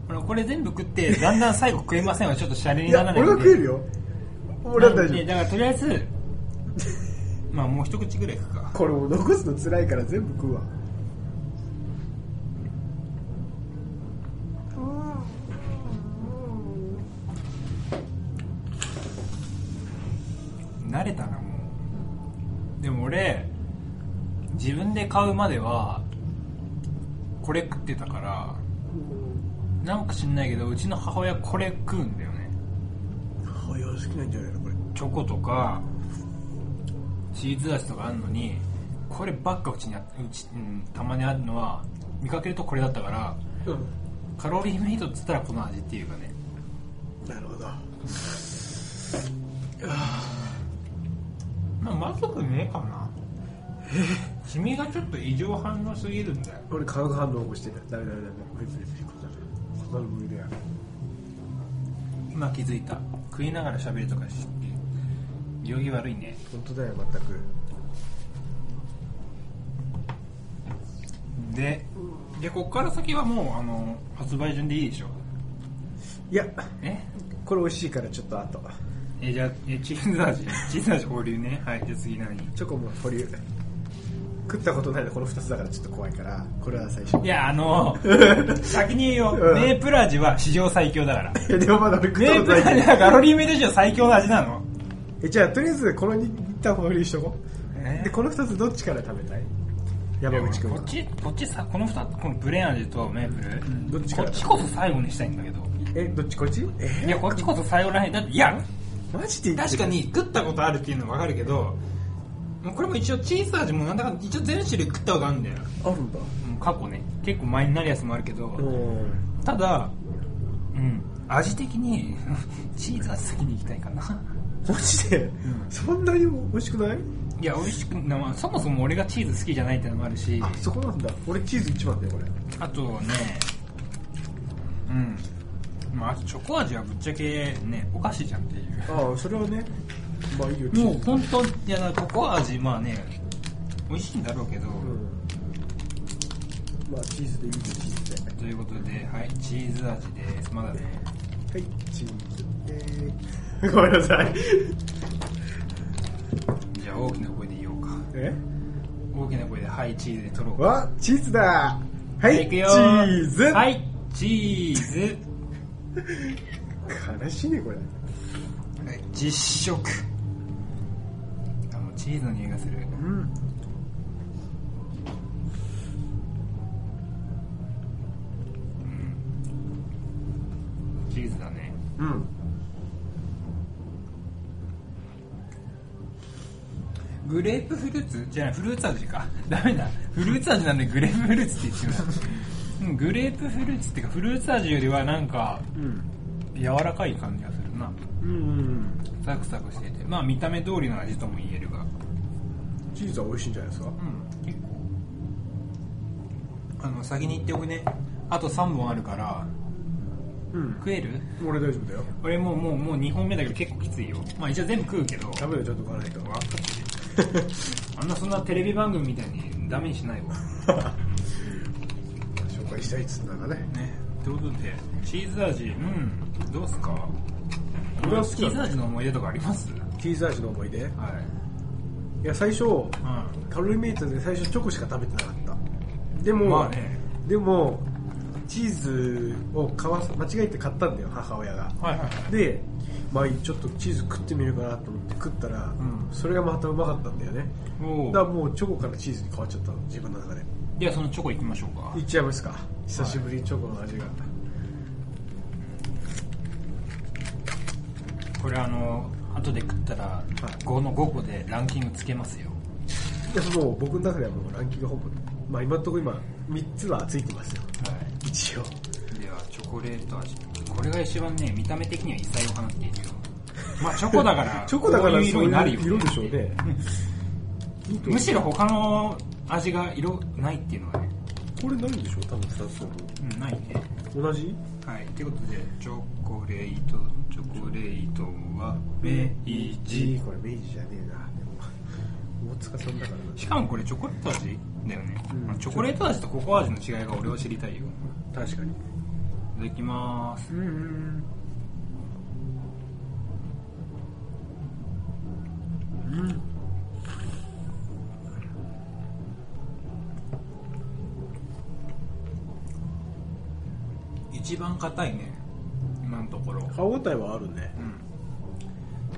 [SPEAKER 3] これこれ全部食ってだんだん最後食えませんはちょっとシャレに
[SPEAKER 2] い
[SPEAKER 3] な
[SPEAKER 2] や
[SPEAKER 3] らない
[SPEAKER 2] 俺
[SPEAKER 3] ん
[SPEAKER 2] は
[SPEAKER 3] で
[SPEAKER 2] 食えるよ俺は大丈
[SPEAKER 3] いやだからとりあえずまあもう一口ぐらいいくか
[SPEAKER 2] 夫これもう残すの辛いから全部食うわ
[SPEAKER 3] 慣れたなもうでも俺自分で買うまではこれ食ってたからなんか知んないけどうちの母親これ食うんだよね
[SPEAKER 2] 母親は好きなんじゃないのこれ
[SPEAKER 3] チョコとかチーズ味とかあるのにこればっかうちにあうち、うん、たまにあるのは見かけるとこれだったからカロリーメイトっつったらこの味っていうかね
[SPEAKER 2] なるほど
[SPEAKER 3] まあまずくねえか な君がちょっと異常反応すぎるんだよ
[SPEAKER 2] 俺化学反応起こしてるダメダメダメこれこれこれこれこれこれこれこれこ
[SPEAKER 3] 今気づいた食いながら喋るとかして行儀悪いね
[SPEAKER 2] 本当だよ全く
[SPEAKER 3] ででこっから先はもうあの発売順でいいでしょ
[SPEAKER 2] いや
[SPEAKER 3] え
[SPEAKER 2] これ美味しいからちょっと後
[SPEAKER 3] えじゃあえチーズ味チーズ味保留ねはいじゃあ次何
[SPEAKER 2] チョコも保留食ったことないのこの2つだからちょっと怖いからこれは最初
[SPEAKER 3] いやあ の先に言うよ、
[SPEAKER 2] うん
[SPEAKER 3] メープル味は史上最強だ から
[SPEAKER 2] いやでもまだ俺食っ
[SPEAKER 3] メ
[SPEAKER 2] た
[SPEAKER 3] ー
[SPEAKER 2] こ
[SPEAKER 3] プ
[SPEAKER 2] と
[SPEAKER 3] ル
[SPEAKER 2] ない
[SPEAKER 3] 味
[SPEAKER 2] けど
[SPEAKER 3] はカロリーメイト史上最強の味なの
[SPEAKER 2] えじゃあとりあえずこの2た保留しとこ
[SPEAKER 3] え
[SPEAKER 2] うでこの2つどっちから食べたい
[SPEAKER 3] で
[SPEAKER 2] 山
[SPEAKER 3] も
[SPEAKER 2] 口君
[SPEAKER 3] こ
[SPEAKER 2] は
[SPEAKER 3] っちこっちさこの2つこのプレーン味とメープル、
[SPEAKER 2] んどっちか
[SPEAKER 3] こっ
[SPEAKER 2] ら
[SPEAKER 3] ちこそ最後にしたいんだけど
[SPEAKER 2] えどっちこっちえ
[SPEAKER 3] いやこっちこそ最後らへんだっていや
[SPEAKER 2] マジで言って
[SPEAKER 3] 確
[SPEAKER 2] る
[SPEAKER 3] かに食ったことあるっていうのは分かるけどもうこれも一応チーズ味もなんだかんだ一応全種類食ったことあるんだよ
[SPEAKER 2] あるんだ
[SPEAKER 3] うん過去ね結構前になるやつもあるけど、
[SPEAKER 2] うん
[SPEAKER 3] ただうん味的にチーズ味先に行きたいかな
[SPEAKER 2] マジで、そんなに美味しくない
[SPEAKER 3] いや美味しくな、まあ、そもそも俺がチーズ好きじゃないってのもあるし
[SPEAKER 2] あそこなんだ俺チーズ一番だよこれ
[SPEAKER 3] あとねうんまあ、あとチョコ味はぶっちゃけねお菓子じゃんっていう
[SPEAKER 2] ああそれはねまあいいよチ
[SPEAKER 3] も
[SPEAKER 2] ー
[SPEAKER 3] う
[SPEAKER 2] ズ
[SPEAKER 3] 本当いやだからココア味まあね美味しいんだろうけど、
[SPEAKER 2] うんまあチーズでいいよチーズで
[SPEAKER 3] ということではいチーズ味ですまだね
[SPEAKER 2] はい、チーズ。えー、 ごめんなさい。
[SPEAKER 3] じゃあ大きな声で言おうか
[SPEAKER 2] え
[SPEAKER 3] 大きな声ではいチーズで取ろうか
[SPEAKER 2] わ、チーズだは
[SPEAKER 3] じゃあ
[SPEAKER 2] い、
[SPEAKER 3] いく
[SPEAKER 2] チ
[SPEAKER 3] よ
[SPEAKER 2] ーズ
[SPEAKER 3] はいチーズ
[SPEAKER 2] 悲しいね、これ。
[SPEAKER 3] はい実食あもうチーズの匂いがする
[SPEAKER 2] うん。
[SPEAKER 3] チーズだね
[SPEAKER 2] うん。
[SPEAKER 3] グレープフルーツじゃないフルーツ味かダメだフルーツ味なんでグレープフルーツって言ってしまううんグレープフルーツっていうかフルーツ味よりはなんか
[SPEAKER 2] うん。
[SPEAKER 3] 柔らかい感じがするな
[SPEAKER 2] うん。
[SPEAKER 3] サクサクしててまあ見た目通りの味とも言えるが
[SPEAKER 2] チーズは美味しいんじゃないですか
[SPEAKER 3] うん結構あの先に言っておくねあと3本あるから
[SPEAKER 2] うん。
[SPEAKER 3] 食える
[SPEAKER 2] 俺大丈夫だよ。
[SPEAKER 3] 俺もうもうもう2本目だけど結構きついよまあ一応全部食うけど
[SPEAKER 2] 食べよ、ちょっとかない と。
[SPEAKER 3] あんなそんなテレビ番組みたいにダメにしないわ
[SPEAKER 2] 紹介したいっつうんだからね。
[SPEAKER 3] ねということでチーズ味うんどうっすか
[SPEAKER 2] 俺は好き
[SPEAKER 3] チ
[SPEAKER 2] だ
[SPEAKER 3] ー
[SPEAKER 2] ね
[SPEAKER 3] ズ味の思い出とかあります
[SPEAKER 2] チーズ味の思い出い
[SPEAKER 3] はい
[SPEAKER 2] や、最初、
[SPEAKER 3] うん
[SPEAKER 2] カロリーメイトで最初チョコしか食べてなかった。でも、
[SPEAKER 3] まあね
[SPEAKER 2] でも、チーズを買わす間違えて買ったんだよ、母親が。
[SPEAKER 3] はいはいはい
[SPEAKER 2] で、まあ、ちょっとチーズ食ってみるかなと思って食ったら、
[SPEAKER 3] ん
[SPEAKER 2] それがまたうまかったんだよね
[SPEAKER 3] お
[SPEAKER 2] だからもうチョコからチーズに変わっちゃったの自分の中で
[SPEAKER 3] ではそのチョコいきましょうか
[SPEAKER 2] いっちゃいますか久しぶりにチョコの味が、
[SPEAKER 3] これあの後で食ったら5の5個でランキングつけますよ
[SPEAKER 2] い、やもう僕の中ではもうランキングほぼまあ今のところ今3つはついてますよ
[SPEAKER 3] は
[SPEAKER 2] 一応
[SPEAKER 3] いではチョコレート味これが一番ね見た目的には異彩を放っているよ まあ チョコだから
[SPEAKER 2] チョコだから
[SPEAKER 3] こういう色になるよ、
[SPEAKER 2] そういう色でしょうね
[SPEAKER 3] うんむしろ他の味が色ないっていうのはね、
[SPEAKER 2] これないんでしょ多分2つとも
[SPEAKER 3] うん、ないね
[SPEAKER 2] 同じ
[SPEAKER 3] はい、ということで、チョコレート、チョコレートは明治。
[SPEAKER 2] これ明治じゃねえなでも大塚さんだからな
[SPEAKER 3] しかもこれチョコレート味だよね。
[SPEAKER 2] うん
[SPEAKER 3] まあチョコレート味とココア味の違いが俺は知りたいよ。
[SPEAKER 2] 確かに
[SPEAKER 3] いただきます。
[SPEAKER 2] うんうん
[SPEAKER 3] 一番硬いね、今のところ。
[SPEAKER 2] 歯応えはあるね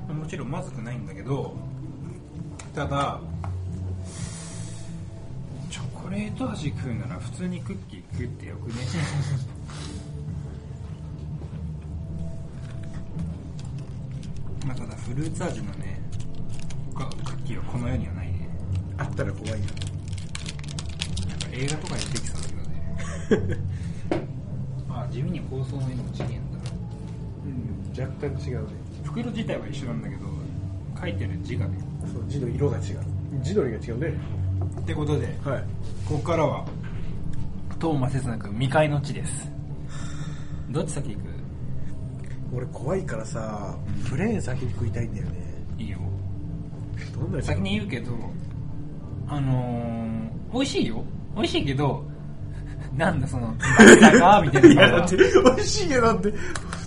[SPEAKER 3] もちろんまずくないんだけど、ただ、チョコレート味食うなら普通にクッキー食ってよ くね。まあただフルーツ味のね、他クッキーはこの世にはないね。
[SPEAKER 2] あったら怖いよ
[SPEAKER 3] なんか映画とかに出てきそうだけどね。 あ、地味に包装の色も違えんだ。
[SPEAKER 2] うん若干違うね
[SPEAKER 3] 袋自体は一緒なんだけど、書いてる字がね。
[SPEAKER 2] そう字の色が違う字の色が違うね
[SPEAKER 3] ってことで、
[SPEAKER 2] はい
[SPEAKER 3] ここからはトーマスなく未開の地ですどっち先行く
[SPEAKER 2] 俺怖いからさプレーン先に食いたいんだよね
[SPEAKER 3] いいよ
[SPEAKER 2] どんなやつ
[SPEAKER 3] 先に言うけどあのー、美味しいよ美味しいけど なんだそのだ かみた
[SPEAKER 2] い
[SPEAKER 3] い
[SPEAKER 2] や
[SPEAKER 3] な
[SPEAKER 2] だって美味しいよだって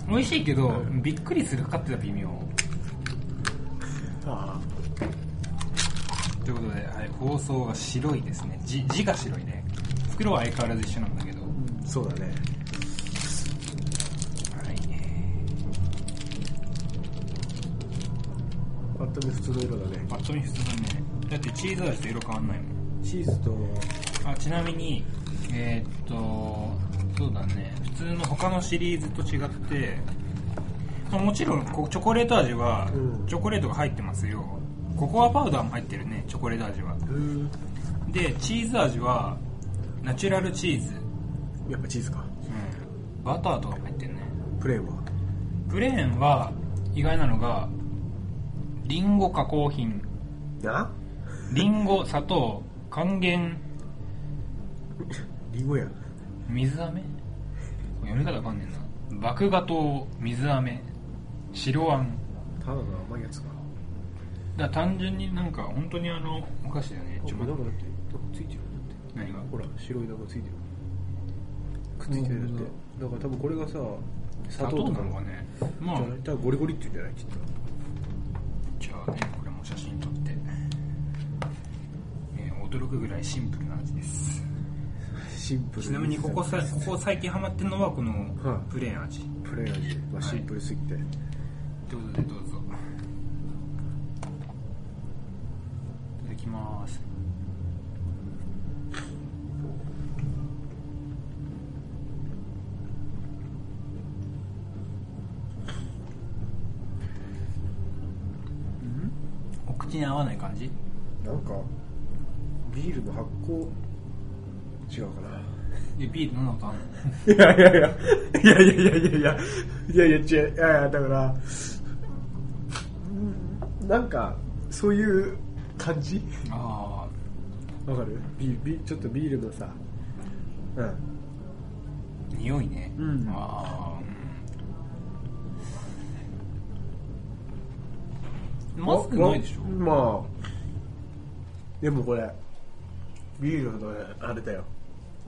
[SPEAKER 3] 美味しいけどびっくりするかってた微妙
[SPEAKER 2] あ
[SPEAKER 3] ということで、はい、包装が白いですね字字が白いね袋は相変わらず一緒なんだけどは
[SPEAKER 2] あそうだね
[SPEAKER 3] いね
[SPEAKER 2] ぱっと見普通の色だね
[SPEAKER 3] パッと見普通だねだってチーズ味と色変わんないもん
[SPEAKER 2] チーズと
[SPEAKER 3] あちなみにえーっとそうだね普通の他のシリーズと違ってまあもちろんこうチョコレート味は
[SPEAKER 2] うん
[SPEAKER 3] チョコレートが入ってますよココアパウダーも入ってるねチョコレート味は
[SPEAKER 2] うん
[SPEAKER 3] でチーズ味はナチュラルチーズ、
[SPEAKER 2] やっぱチーズか
[SPEAKER 3] うん、バターとかも入ってるね
[SPEAKER 2] プレーンは
[SPEAKER 3] プレーンは意外なのがリンゴ加工品
[SPEAKER 2] な
[SPEAKER 3] リンゴ砂糖還元
[SPEAKER 2] リンゴや。
[SPEAKER 3] 水飴読み方わかんねえな麦芽糖水飴白あん
[SPEAKER 2] ただの甘いやつか。
[SPEAKER 3] だから単純になんか本当にあのお菓子だよねちょっと待って
[SPEAKER 2] だって、どこついてるだ
[SPEAKER 3] 何が
[SPEAKER 2] ほら、白いだこついてる。くっついてるだって。だから多分これがさ、砂
[SPEAKER 3] 砂
[SPEAKER 2] 糖
[SPEAKER 3] 糖
[SPEAKER 2] と
[SPEAKER 3] な
[SPEAKER 2] か
[SPEAKER 3] の
[SPEAKER 2] の。
[SPEAKER 3] かね
[SPEAKER 2] じ
[SPEAKER 3] ま
[SPEAKER 2] ゃ
[SPEAKER 3] あ
[SPEAKER 2] あ、多分ゴリゴリって言うんじゃないきっと。
[SPEAKER 3] じゃあねこれも写真撮って、えー驚くぐらいシンプルな味です
[SPEAKER 2] シンプル
[SPEAKER 3] ちなみにここさここ最近ハマってるのはこの
[SPEAKER 2] はい
[SPEAKER 3] プレーン味、
[SPEAKER 2] プレー味はシンプルすぎて。
[SPEAKER 3] ということでどうぞいただきますお口に合わない感じ
[SPEAKER 2] なんか、ビールの発酵、違うかな。
[SPEAKER 3] でビール飲んだことある
[SPEAKER 2] いやいやいやいやいやいやいやいやいやいやいや違ういやいやだからうんなんかそういう感じ
[SPEAKER 3] のあ
[SPEAKER 2] わかるビービーちょっとビールのさうん
[SPEAKER 3] あ匂いね、
[SPEAKER 2] うん
[SPEAKER 3] ああうんまずくないでしょ
[SPEAKER 2] わまあでもこれビールのあれだよ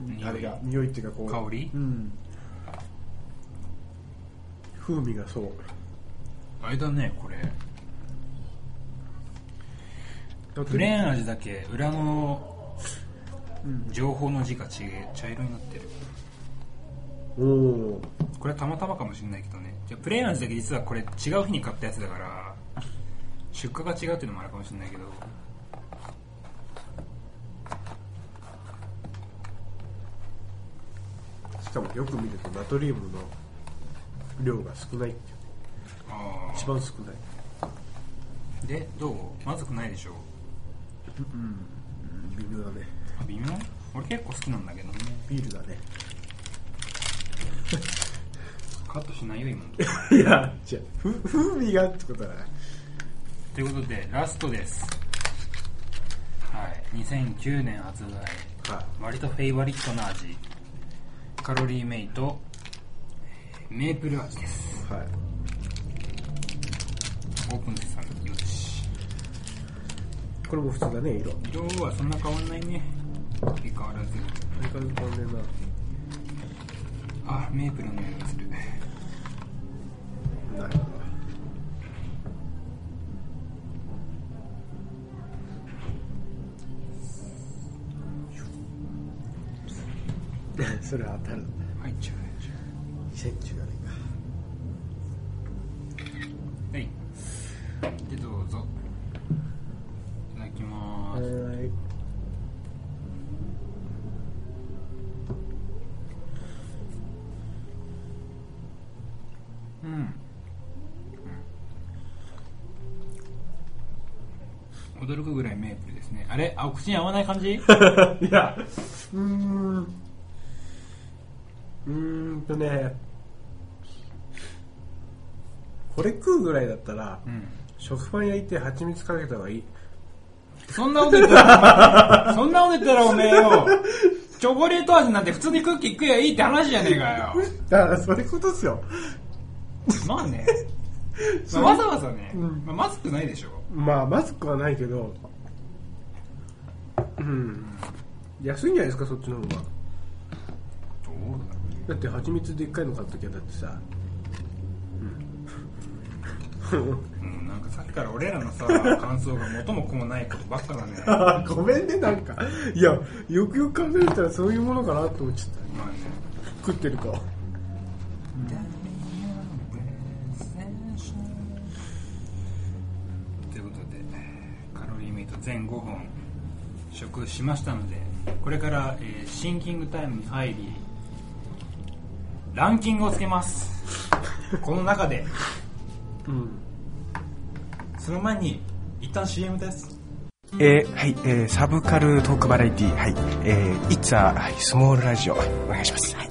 [SPEAKER 3] 匂い
[SPEAKER 2] あれが匂いっていうかこう
[SPEAKER 3] 香り
[SPEAKER 2] うん風味がそう
[SPEAKER 3] あれだねこれ
[SPEAKER 2] だって
[SPEAKER 3] プレーン味だけ裏の
[SPEAKER 2] うん
[SPEAKER 3] 情報の字がちげ茶色になってる
[SPEAKER 2] おお
[SPEAKER 3] これはたまたまかもしれないけどねじゃあプレーン味だけ実はこれ違う日に買ったやつだから出荷が違うっていうのもあるかもしれないけど
[SPEAKER 2] しかもよく見るとナトリウムの量が少ないっていう
[SPEAKER 3] あ
[SPEAKER 2] 一番少ない
[SPEAKER 3] あでどうまずくないでしょ
[SPEAKER 2] うん微妙だね
[SPEAKER 3] あ微妙俺結構好きなんだけどね
[SPEAKER 2] ビールだね
[SPEAKER 3] カットし ないよ今の
[SPEAKER 2] いや違うふ風味がってことだね
[SPEAKER 3] ということでラストですはい2009年発売
[SPEAKER 2] は
[SPEAKER 3] 割とフェイバリットな味カロリーメイトえーメープル味です
[SPEAKER 2] いはい
[SPEAKER 3] オープンですさんよし
[SPEAKER 2] これも普通だね色
[SPEAKER 3] 色はそんな変わんないね相変わらず
[SPEAKER 2] 相変わらず変わんね
[SPEAKER 3] あメープルの色がする
[SPEAKER 2] えななるほどそれは当たる
[SPEAKER 3] 入っちゃう入っちゃ
[SPEAKER 2] 2010年か
[SPEAKER 3] うはいでどうぞいただきま
[SPEAKER 2] は
[SPEAKER 3] ーす
[SPEAKER 2] ーい
[SPEAKER 3] うんうん驚くぐらいメープルですねあれあお口に合わない感じ
[SPEAKER 2] いや、うーん。うーんとね、これ食うぐらいだったら、
[SPEAKER 3] うん
[SPEAKER 2] 食パン焼いて蜂蜜かけた方がいい。
[SPEAKER 3] そんなこと言ったら、そんなこと言ったらおめえよ、チョコレート味なんて普通にクッキー食えやいいって話じゃねえかよ。
[SPEAKER 2] だから、そういうことっすよ。
[SPEAKER 3] まあね、まあわざわざね、
[SPEAKER 2] うん
[SPEAKER 3] まあまずくないでしょ。
[SPEAKER 2] まあ、まずくはないけど、うん。安いんじゃないですか、そっちの方が。
[SPEAKER 3] どうだろ
[SPEAKER 2] だって、蜂蜜でっかいの買っときゃ、だってさ。うん。
[SPEAKER 3] う。うん、なんかさっきから俺らのさ、感想が元も子もないことばっかだね。ま
[SPEAKER 2] あーごめんね、なんか。いや、よくよく考えたらそういうものかなと思っちゃった。
[SPEAKER 3] あね。
[SPEAKER 2] 食ってるか。
[SPEAKER 3] ということで、カロリーメイト全5本食しましたので、これから、えーシンキングタイムに入り、ランキングをつけます。この中で、
[SPEAKER 2] うん。
[SPEAKER 3] その前に、一旦 CM です。
[SPEAKER 5] えーはい、えーサブカルトークバラエティはい、えー、いつは、はい、スモールラジオ、お願いします。はい。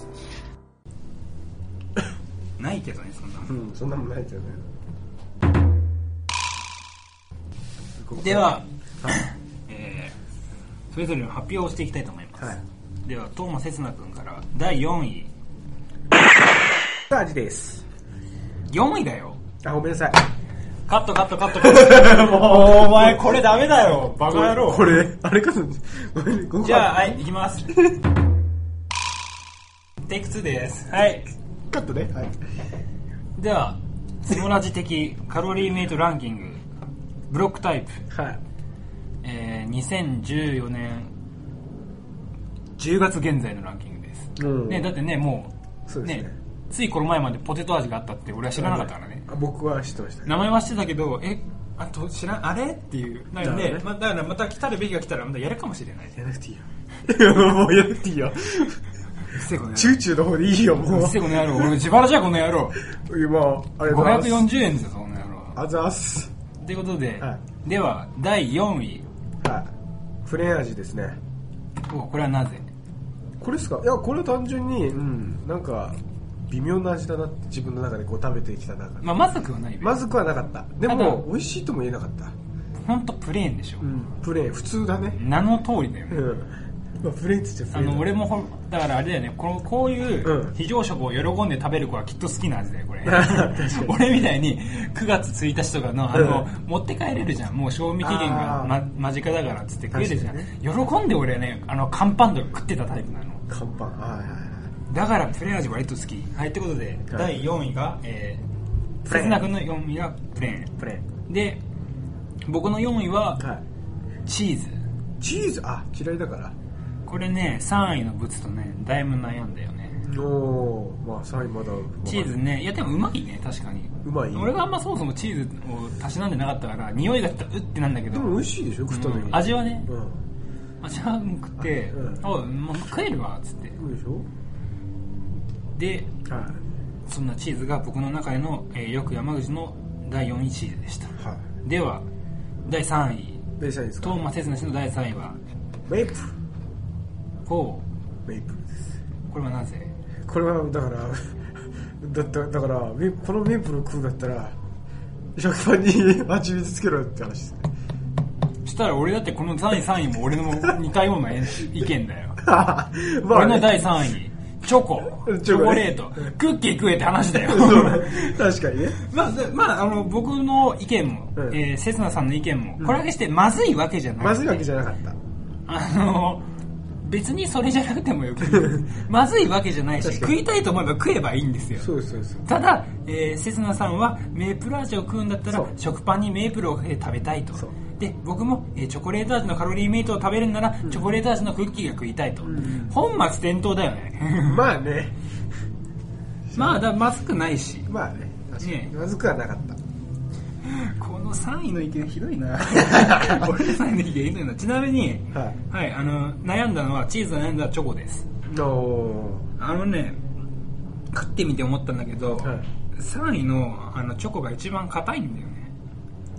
[SPEAKER 3] ないけどね、そんなの。
[SPEAKER 2] うん、そんなもんないけどね。
[SPEAKER 4] ここ
[SPEAKER 3] では、えーそれぞれの発表をしていきたいと思います、
[SPEAKER 4] はい
[SPEAKER 3] では東間刹那君から第4位
[SPEAKER 2] さあ味です
[SPEAKER 3] 4位だよ
[SPEAKER 2] あごめん なさい
[SPEAKER 3] カットカットカット カットお前これダメだよバカ野郎
[SPEAKER 2] これあれかとごめんねごめん
[SPEAKER 3] じゃあはいいきます テイク2ですはい
[SPEAKER 2] カットねはい
[SPEAKER 3] ではスモラジ的カロリーメイトランキングブロックタイプ、
[SPEAKER 4] はい
[SPEAKER 3] えー2014年10月現在のランキングです、
[SPEAKER 2] うん
[SPEAKER 3] ね、だってねもう
[SPEAKER 2] そうですね
[SPEAKER 3] ついこの前までポテト味があったって俺は知らなかったからね
[SPEAKER 4] あ僕は知ってましたね
[SPEAKER 3] 名前は知ってたけどえあと知らんあれっていうなので、ま、だからまた来たるべきが来たらまたやるかもしれない
[SPEAKER 4] やらなくていいよ
[SPEAKER 2] もうやっていいよ
[SPEAKER 3] うっせえこの野
[SPEAKER 2] チューチューの方でいいよ
[SPEAKER 3] 郎
[SPEAKER 2] も
[SPEAKER 3] うっせえこの野郎俺自腹じゃこの野郎
[SPEAKER 2] う今あれ
[SPEAKER 3] 540円ですよこの野郎
[SPEAKER 2] あざっす
[SPEAKER 3] ということで、
[SPEAKER 2] は
[SPEAKER 3] では第4位
[SPEAKER 2] はいフレン味ですね
[SPEAKER 3] おこれはなぜ
[SPEAKER 2] これですかいやこれは単純に、うん、なんか微妙な味だなって自分の中でこう食べてきた中で
[SPEAKER 3] まあまずくはない
[SPEAKER 2] まずくはなかったで
[SPEAKER 3] ただ
[SPEAKER 2] も美味しいとも言えなかった、
[SPEAKER 3] ほんとプレーンでしょ、
[SPEAKER 2] うん、プレーン普通だね
[SPEAKER 3] 名の通りだよね、
[SPEAKER 2] うん、まあ、プレーンっつっちゃプ
[SPEAKER 3] あ
[SPEAKER 2] レーンだ
[SPEAKER 3] の俺もほんだからあれだよねこのこういううん非常食を喜んで食べる子はきっと好きな味だよ これ俺みたいに9月1日とかのあの、持って帰れるじゃんもう賞味期限が、
[SPEAKER 2] あー
[SPEAKER 3] ま、間近だからっつって食えるじゃん、
[SPEAKER 2] 確
[SPEAKER 3] 喜んで俺はねあの乾パンとか食ってたタイプなの
[SPEAKER 2] 乾パンはいはいはい
[SPEAKER 3] だからプレーン味割と好きはいということで、第4位がえー
[SPEAKER 4] プレーン
[SPEAKER 3] 刹那君の4位がプレーン
[SPEAKER 4] プレーン
[SPEAKER 3] で僕の4位は
[SPEAKER 2] はい
[SPEAKER 3] チーズ
[SPEAKER 2] チーズあ嫌いだから
[SPEAKER 3] これね3位のブツとねだいぶ悩んだよね
[SPEAKER 2] おーまあ3位まだ
[SPEAKER 3] チーズねいやでもうまいね確かに
[SPEAKER 2] うまい
[SPEAKER 3] 俺があんまそもそもチーズをたしなんでなかったから匂いがしたらうってなんだけど
[SPEAKER 2] でも美味しいでしょ食った時、
[SPEAKER 3] うん味はね
[SPEAKER 2] うん
[SPEAKER 3] 味は食って
[SPEAKER 2] う
[SPEAKER 3] 「
[SPEAKER 2] ん
[SPEAKER 3] あもう食えるわ」っつって
[SPEAKER 2] そうでしょ
[SPEAKER 3] で
[SPEAKER 2] はい
[SPEAKER 3] そんなチーズが僕の中での、えーよく山口の第4位チーズでした
[SPEAKER 2] は
[SPEAKER 3] では第3位
[SPEAKER 2] いでしたいですか
[SPEAKER 3] トーマ・セズナ氏の第3位は
[SPEAKER 2] メイプ
[SPEAKER 3] こ
[SPEAKER 2] メイプです
[SPEAKER 3] うこれはなぜ
[SPEAKER 2] これはだから だっただからメこのメイプル食うんだったら食パンに蜂蜜つけろよって話です ね
[SPEAKER 3] そしたら俺だってこの3位3位も俺の似たようなえん意見だよ
[SPEAKER 2] まあね
[SPEAKER 3] 俺 の第3位チョコチ
[SPEAKER 2] チョ
[SPEAKER 3] ョ
[SPEAKER 2] コね
[SPEAKER 3] コレートクッキー食えって話 だよ
[SPEAKER 2] 確かにね
[SPEAKER 3] まあ、でまあ、あの、僕の意見も、
[SPEAKER 2] うん
[SPEAKER 3] えー、せつなさんの意見も、これだけして、まずいわけじゃない。
[SPEAKER 2] まずいわけじゃなかった
[SPEAKER 3] あの、別にそれじゃなくてもよく て、まずいわけじゃないし、
[SPEAKER 2] 確か
[SPEAKER 3] 食
[SPEAKER 2] に
[SPEAKER 3] いたいと思えば食えばいいんですよ。
[SPEAKER 2] そうですそうです
[SPEAKER 3] ただ、えー、せつなさんはメープル味を食うんだった
[SPEAKER 2] そ
[SPEAKER 3] ら
[SPEAKER 2] う
[SPEAKER 3] 食パンにメープルをかけて食べたいと
[SPEAKER 2] そう
[SPEAKER 3] で僕も、えーチョコレート味のカロリーメイトを食べるなら、チョコレート味のクッキーが食いたいと、本末転倒だよね
[SPEAKER 2] まあね
[SPEAKER 3] まあだまずくないし
[SPEAKER 2] まあね確かに
[SPEAKER 3] ね
[SPEAKER 2] まずくはなかった
[SPEAKER 3] この3位の意見ひどい なこれ3位の意見ひどいなちなみに、
[SPEAKER 2] は
[SPEAKER 3] はい、あの悩んだのはチーズを悩んだチョコです
[SPEAKER 2] いお
[SPEAKER 3] あのね食ってみて思ったんだけど、
[SPEAKER 2] は
[SPEAKER 3] 3位のあのチョコが一番硬いんだよね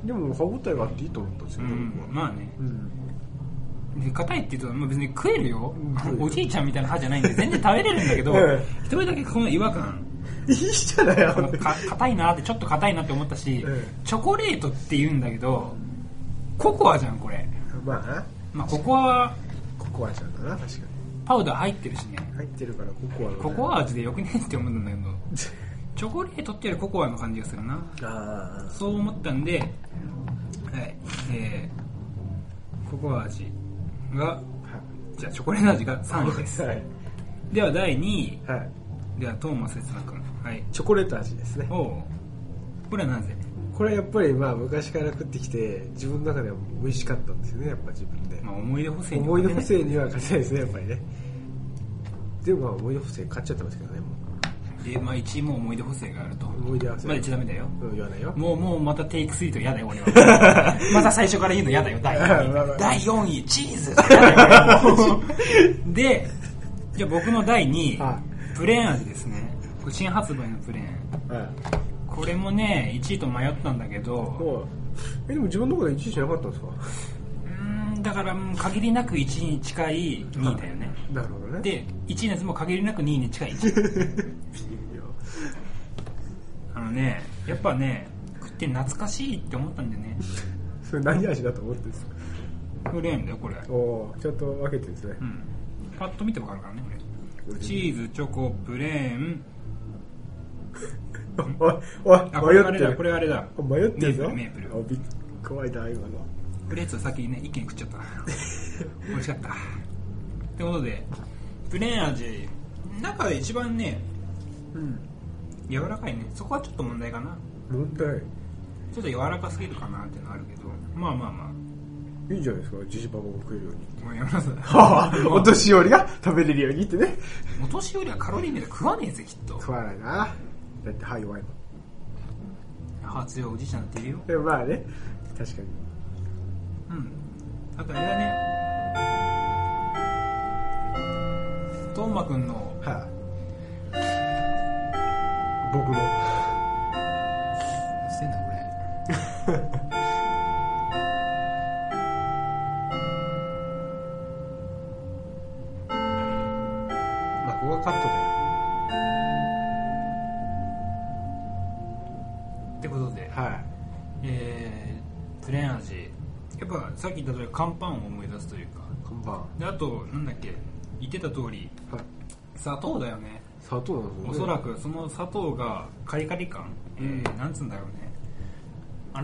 [SPEAKER 2] ーでも歯応えがあっていいと思ったんです
[SPEAKER 3] う
[SPEAKER 2] よ、僕
[SPEAKER 3] ん
[SPEAKER 2] は
[SPEAKER 3] まあね
[SPEAKER 2] うん
[SPEAKER 3] で硬いって言うと、まあ、別に食えるよ、
[SPEAKER 2] うん
[SPEAKER 3] おじいちゃんみたいな歯じゃないんで全然食べれるんだけど
[SPEAKER 2] え
[SPEAKER 3] 一人だけこの違和感
[SPEAKER 2] いいじゃないあ
[SPEAKER 3] こ
[SPEAKER 2] の
[SPEAKER 3] のか硬いなってちょっと硬いなって思ったし、
[SPEAKER 2] え
[SPEAKER 3] チョコレートって言うんだけどココアじゃんこれ、
[SPEAKER 2] まあな
[SPEAKER 3] まあ、ココアは
[SPEAKER 2] ココアちゃんだな確か
[SPEAKER 3] パウダー入ってるしね
[SPEAKER 2] に入ってるからココアのね
[SPEAKER 3] ココア味でよくねって思うんだけどチョコレートってよりココアの感じがするな
[SPEAKER 2] あ
[SPEAKER 3] そう思ったんで、はいえー、ココア味がじゃあチョコレート味が3位です
[SPEAKER 2] あはい
[SPEAKER 3] では第2位
[SPEAKER 2] はい
[SPEAKER 3] ではトーマス刹那君はい
[SPEAKER 2] チョコレート味ですね
[SPEAKER 3] おうこれはなぜ
[SPEAKER 2] これはやっぱりまあ昔から食ってきて自分の中では美味しかったんですよねやっぱ自分で、
[SPEAKER 3] まあ思い出補正に
[SPEAKER 2] 思い出補
[SPEAKER 3] 勝
[SPEAKER 2] 正
[SPEAKER 3] て
[SPEAKER 2] には勝てないですねやっぱりねでもまあ思い出補正勝っちゃってますけどねも
[SPEAKER 3] ないで、まあ、1位も思い出補正があると
[SPEAKER 2] う思い出補正
[SPEAKER 3] まだ言っちゃダメだよ
[SPEAKER 2] うん言わないよ
[SPEAKER 3] もうもうまたテイク3と嫌だよ 俺はまた最初から言うの嫌だよ第
[SPEAKER 2] まあま
[SPEAKER 3] 4
[SPEAKER 2] あ
[SPEAKER 3] 位第4位チーズ嫌だよも うでじゃあ僕の第2位、
[SPEAKER 2] は
[SPEAKER 3] プレーン味ですねこれ新発売のプレーン
[SPEAKER 2] は
[SPEAKER 3] これもね1位と迷ったんだけ
[SPEAKER 2] い
[SPEAKER 3] ど
[SPEAKER 2] もうえでも自分のところで1位じゃなかったんですか
[SPEAKER 3] うーんだからうん限りなく1位に近い2位だよね
[SPEAKER 2] なるほどね
[SPEAKER 3] で1位のやつも限りなく2位に近い1位
[SPEAKER 2] いや
[SPEAKER 3] あのねやっぱね食って懐かしいって思ったんだよね
[SPEAKER 2] それ何味だと思ってるんですか
[SPEAKER 3] これレーンだよこれ
[SPEAKER 2] おおちゃんと分けてるんですね
[SPEAKER 3] う。んパッと見てわかるからねこれチーズチョコプレーン
[SPEAKER 2] おい、おい
[SPEAKER 3] あこれ、
[SPEAKER 2] 迷
[SPEAKER 3] あ
[SPEAKER 2] っ
[SPEAKER 3] れ
[SPEAKER 2] て
[SPEAKER 3] だ
[SPEAKER 2] る。
[SPEAKER 3] これあれだ
[SPEAKER 2] 迷ってるぞ。
[SPEAKER 3] メープルメープ
[SPEAKER 2] あびっ怖いな、今の。
[SPEAKER 3] プレーツは先にね一気に食っちゃった 美味しかったってことでプレーン味中で一番ね柔らかいねそこはちょっと問題かな
[SPEAKER 2] 問題。
[SPEAKER 3] ちょっと柔らかすぎるかなってのはあるけどまあまあまあ
[SPEAKER 2] いいんじゃないですか、ジジババも食えるように。
[SPEAKER 3] ごめんやめなさい
[SPEAKER 2] は あ、お年寄りが食べれるようにってね。
[SPEAKER 3] お年寄りはカロリーメイト食わねえぜきっと
[SPEAKER 2] 食わないな。だって歯弱いもん。
[SPEAKER 3] 歯強いおじいちゃんっているよ
[SPEAKER 2] でもまあね、確かに。
[SPEAKER 3] うんあとあれだねトンマくんの
[SPEAKER 2] はい、僕も。
[SPEAKER 3] してんだこれ
[SPEAKER 2] まあ、ここがカットだよ。
[SPEAKER 3] ってことで、
[SPEAKER 2] はい。
[SPEAKER 3] えー、プレーン味やっぱさっき言った通り乾パンを思い出すというか
[SPEAKER 2] 看板。は
[SPEAKER 3] であとなんだっけ言ってた通り
[SPEAKER 2] い。
[SPEAKER 3] 砂糖だよね
[SPEAKER 2] 砂糖なんですよね。
[SPEAKER 3] おそらくその砂糖がカリカリ感、えー、なんつうんだろうね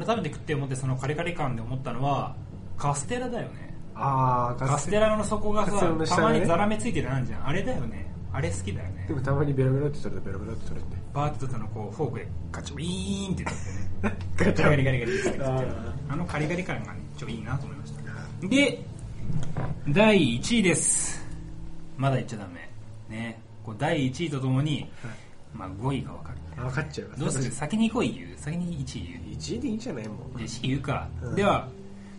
[SPEAKER 3] 改めて食って思ってそのカリカリ感で思ったのはカステラだよね
[SPEAKER 2] ああ、
[SPEAKER 3] カステラの底が
[SPEAKER 2] カステラ
[SPEAKER 3] さ、
[SPEAKER 2] の下
[SPEAKER 3] た
[SPEAKER 2] ね
[SPEAKER 3] まにザラメついてるのあるじゃんあれだよねあれ好きだよね
[SPEAKER 2] でもたまにベラベラって取れた、ベラベラって取れて。
[SPEAKER 3] バーッとたのこうフォークでガチョビーンってなってね
[SPEAKER 2] ガチャ
[SPEAKER 3] ガリガリガリガリって言ってるあのカリガリ感がねちょいいなと思いましたで第1位ですまだ言っちゃダメねこう第1位とともに、まあ、5位が分かる
[SPEAKER 2] あ分かっちゃいます。
[SPEAKER 3] どうする先に5位言う先に1位言う
[SPEAKER 2] ?1 位でいいんじゃないもう。
[SPEAKER 3] で1位言うか、では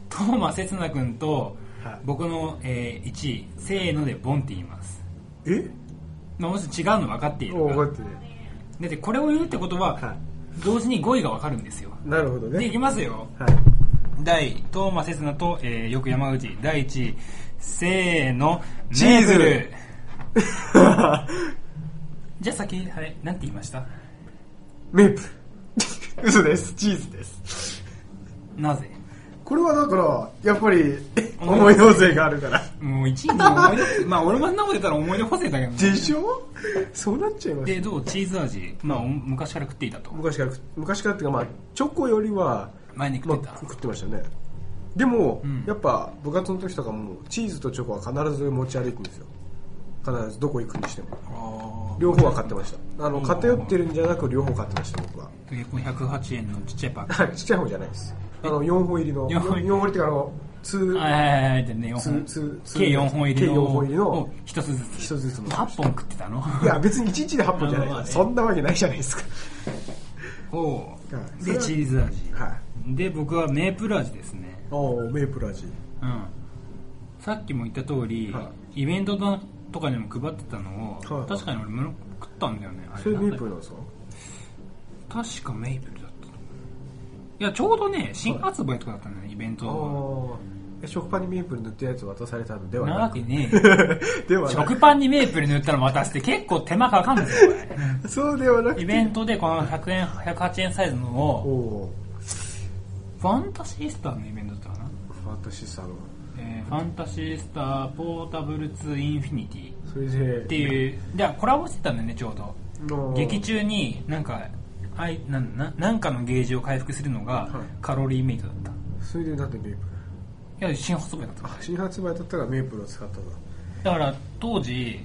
[SPEAKER 3] トーマ刹那君と
[SPEAKER 2] はい
[SPEAKER 3] 僕の、えー1位せーのでボンって言います
[SPEAKER 2] え
[SPEAKER 3] まあもし違うの分かっている
[SPEAKER 2] お
[SPEAKER 3] か
[SPEAKER 2] 分
[SPEAKER 3] ら
[SPEAKER 2] かってね。
[SPEAKER 3] だってこれを言うってことは、
[SPEAKER 2] は
[SPEAKER 3] 同時に5位が分かるんですよ
[SPEAKER 2] い。なるほど
[SPEAKER 3] で
[SPEAKER 2] ね。
[SPEAKER 3] いきますよ
[SPEAKER 2] はい。
[SPEAKER 3] 第トーマセスナと、えー、よく山口第1位せーの
[SPEAKER 2] チーズ
[SPEAKER 3] メープル じゃあ先はいなんて言いました
[SPEAKER 2] メープル。嘘です。チーズです。
[SPEAKER 3] なぜ
[SPEAKER 2] これはだから、やっぱり、
[SPEAKER 3] 思い
[SPEAKER 2] 思い要請があるから。
[SPEAKER 3] もう1位に思い出 すまあ俺もんなこと言ったら思い出補正だけどね
[SPEAKER 2] でしょそうなっちゃいます。
[SPEAKER 3] でどうチーズ味まあお昔から食っていたと
[SPEAKER 2] 昔から、昔からっていうか、まあ、チョコよりは、
[SPEAKER 3] 前に食
[SPEAKER 2] ま
[SPEAKER 3] ってた、
[SPEAKER 2] あ、食ってましたね。でも、
[SPEAKER 3] ん
[SPEAKER 2] やっぱ部活の時とかもチーズとチョコは必ず持ち歩いてるんですよ必ずどこ行くにしても
[SPEAKER 3] あ
[SPEAKER 2] 両方は買ってましたあの偏ってるんじゃなく両方買ってました僕は
[SPEAKER 3] ーでこの108円のちっちゃいパック
[SPEAKER 2] はいちっちゃい方じゃないですあの4本入りの
[SPEAKER 3] 四本入り
[SPEAKER 2] 4本入りっていうかあの
[SPEAKER 3] は
[SPEAKER 2] 2
[SPEAKER 3] いはいはいでね4本
[SPEAKER 2] つつ
[SPEAKER 3] 計4本入りの
[SPEAKER 2] 計四本入りの
[SPEAKER 3] を1つずつ
[SPEAKER 2] 一つずつ持って
[SPEAKER 3] 8
[SPEAKER 2] ま
[SPEAKER 3] 本食ってたの
[SPEAKER 2] いや別に1日で8本じゃない
[SPEAKER 3] まあまあね
[SPEAKER 2] そんなわけないじゃないですか
[SPEAKER 3] おう
[SPEAKER 2] はいそれ
[SPEAKER 3] で
[SPEAKER 2] は
[SPEAKER 3] チーズ味
[SPEAKER 2] はい
[SPEAKER 3] で僕はメープル味ですね
[SPEAKER 2] おーメープル味
[SPEAKER 3] うんさっきも言った通り、
[SPEAKER 2] は
[SPEAKER 3] イベントだとかにも配ってたのを、
[SPEAKER 2] はいはい
[SPEAKER 3] 確かに俺も食ったんだよねあれ
[SPEAKER 2] それメ
[SPEAKER 3] なんだ
[SPEAKER 2] ー
[SPEAKER 3] っ
[SPEAKER 2] プ
[SPEAKER 3] け
[SPEAKER 2] ルなんですか
[SPEAKER 3] 確かメープルだったと思ういやちょうどね新発売とかだったんだよねイベン
[SPEAKER 2] あ
[SPEAKER 3] ト
[SPEAKER 2] ーえ食パンにメープル塗ったやつ渡されたのでは
[SPEAKER 3] 長
[SPEAKER 2] な
[SPEAKER 3] く
[SPEAKER 2] く
[SPEAKER 3] ね
[SPEAKER 2] で はな
[SPEAKER 3] 食パンにメープル塗ったの渡して結構手間かかんですよ こ
[SPEAKER 2] くそうではな
[SPEAKER 3] れ
[SPEAKER 2] く
[SPEAKER 3] イベントでこの100円108円サイズの
[SPEAKER 2] お
[SPEAKER 3] を
[SPEAKER 2] お
[SPEAKER 3] ファンタシースターのイベントだったかな、
[SPEAKER 2] ファンタシーさんの
[SPEAKER 3] えーファンタシースターポータブル2インフィニティ
[SPEAKER 2] それ
[SPEAKER 3] っ
[SPEAKER 2] で
[SPEAKER 3] ていうじゃあコラボしてたんだよねちょうど劇中になんかあいなんななんかのゲージを回復するのがカロリーメイトだった
[SPEAKER 2] それでなんでメープル
[SPEAKER 3] いや新発売だった
[SPEAKER 2] あ新発売だったらメープルを使ったんだ
[SPEAKER 3] だから当時、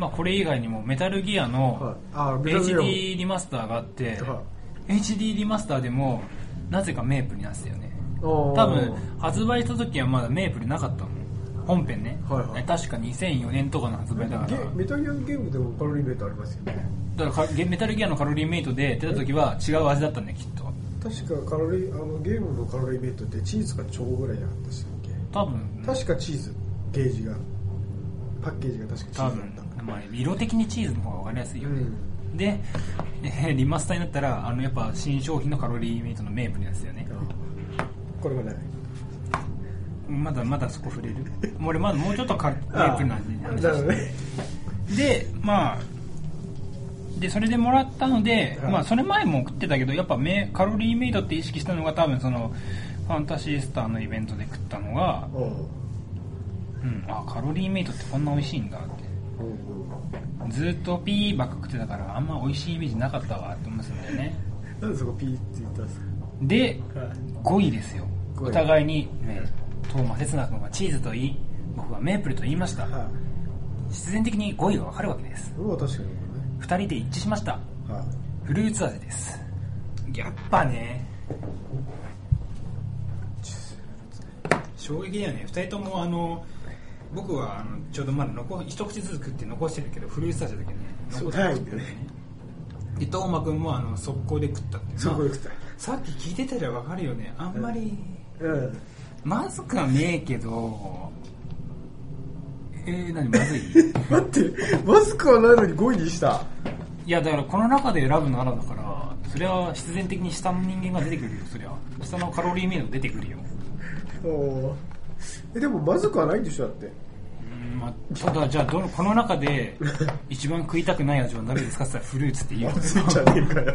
[SPEAKER 3] まあ、これ以外にもメタルギア
[SPEAKER 2] はい
[SPEAKER 3] の
[SPEAKER 2] あーメタルギアも
[SPEAKER 3] HD リマスターがあって
[SPEAKER 2] は
[SPEAKER 3] HD リマスターでもなぜかメープルになってたよね
[SPEAKER 2] 多
[SPEAKER 3] 多分発売した時はまだメープルなかったの本編ね、
[SPEAKER 2] はいはい
[SPEAKER 3] 確か2004年とかの発売だから
[SPEAKER 2] ゲメタルギアのゲームでもカロリーメイトありますよね
[SPEAKER 3] だからかゲメタルギアのカロリーメイトで出た時は違う味だったんだよきっと
[SPEAKER 2] 確かカロリーあのゲームのカロリーメイトってチーズが超ぐらいじゃなかったっすっけ
[SPEAKER 3] 多分
[SPEAKER 2] 確かチーズゲージがパッケージが確かチ
[SPEAKER 3] 多
[SPEAKER 2] ーズだ
[SPEAKER 3] 分
[SPEAKER 2] っ、
[SPEAKER 3] まあ、色的にチーズの方が分かりやすい
[SPEAKER 2] た
[SPEAKER 3] よね、で、えーリマスターになったらあのやっぱ新商品のカロリーメイトのメープルですよね
[SPEAKER 2] これがない
[SPEAKER 3] まだまだそこ触れるもう俺まだもうちょっとカメープルの味に話
[SPEAKER 2] なるほどね
[SPEAKER 3] でまあでそれでもらったので、まあ、それ前も食ってたけどやっぱメカロリーメイトって意識したのが多分そのファンタシースターのイベントで食ったのが、
[SPEAKER 2] おう
[SPEAKER 3] うん、あカロリーメイトってこんな美味しいんだって
[SPEAKER 2] おう
[SPEAKER 3] ずっとピーばっか食ってたからあんま美味しいイメージなかったわって思ってたんだよね
[SPEAKER 2] なんでそこピーって言ったんですか
[SPEAKER 3] で
[SPEAKER 2] はい
[SPEAKER 3] 5位ですよ
[SPEAKER 2] 5位
[SPEAKER 3] お互いに、ね、東間哲也君はチーズと言い僕はメープルと言いました
[SPEAKER 2] は
[SPEAKER 3] 必然的に5位が分かるわけです
[SPEAKER 2] いうん確かにね
[SPEAKER 3] 2人で一致しました
[SPEAKER 2] はい
[SPEAKER 3] フルーツ味ですやっぱね
[SPEAKER 6] 衝撃だよね2人ともあの僕はあのちょうどまだ残一口ずつ食って残してるけどフルーツ味だけね
[SPEAKER 2] そうないんだよね
[SPEAKER 6] 伊藤真君もあの速攻で食ったっていう
[SPEAKER 2] そこ行くと
[SPEAKER 6] さっき聞いてたらわかるよねあんまり
[SPEAKER 2] うん
[SPEAKER 3] まずくはねえけどえー、何まずい
[SPEAKER 2] 待ってマスクはないのに5位にした
[SPEAKER 3] いやだからこの中で選ぶならだからそれは必然的に下の人間が出てくるよそりゃ下のカロリーメイト出てくるよ
[SPEAKER 2] おおえでもまずくはないんでしょだって
[SPEAKER 3] うんまあ、ただじゃあどのこの中で一番食いたくない味は何ですかって言ったらフルーツって言う
[SPEAKER 2] つい ちゃねえかよ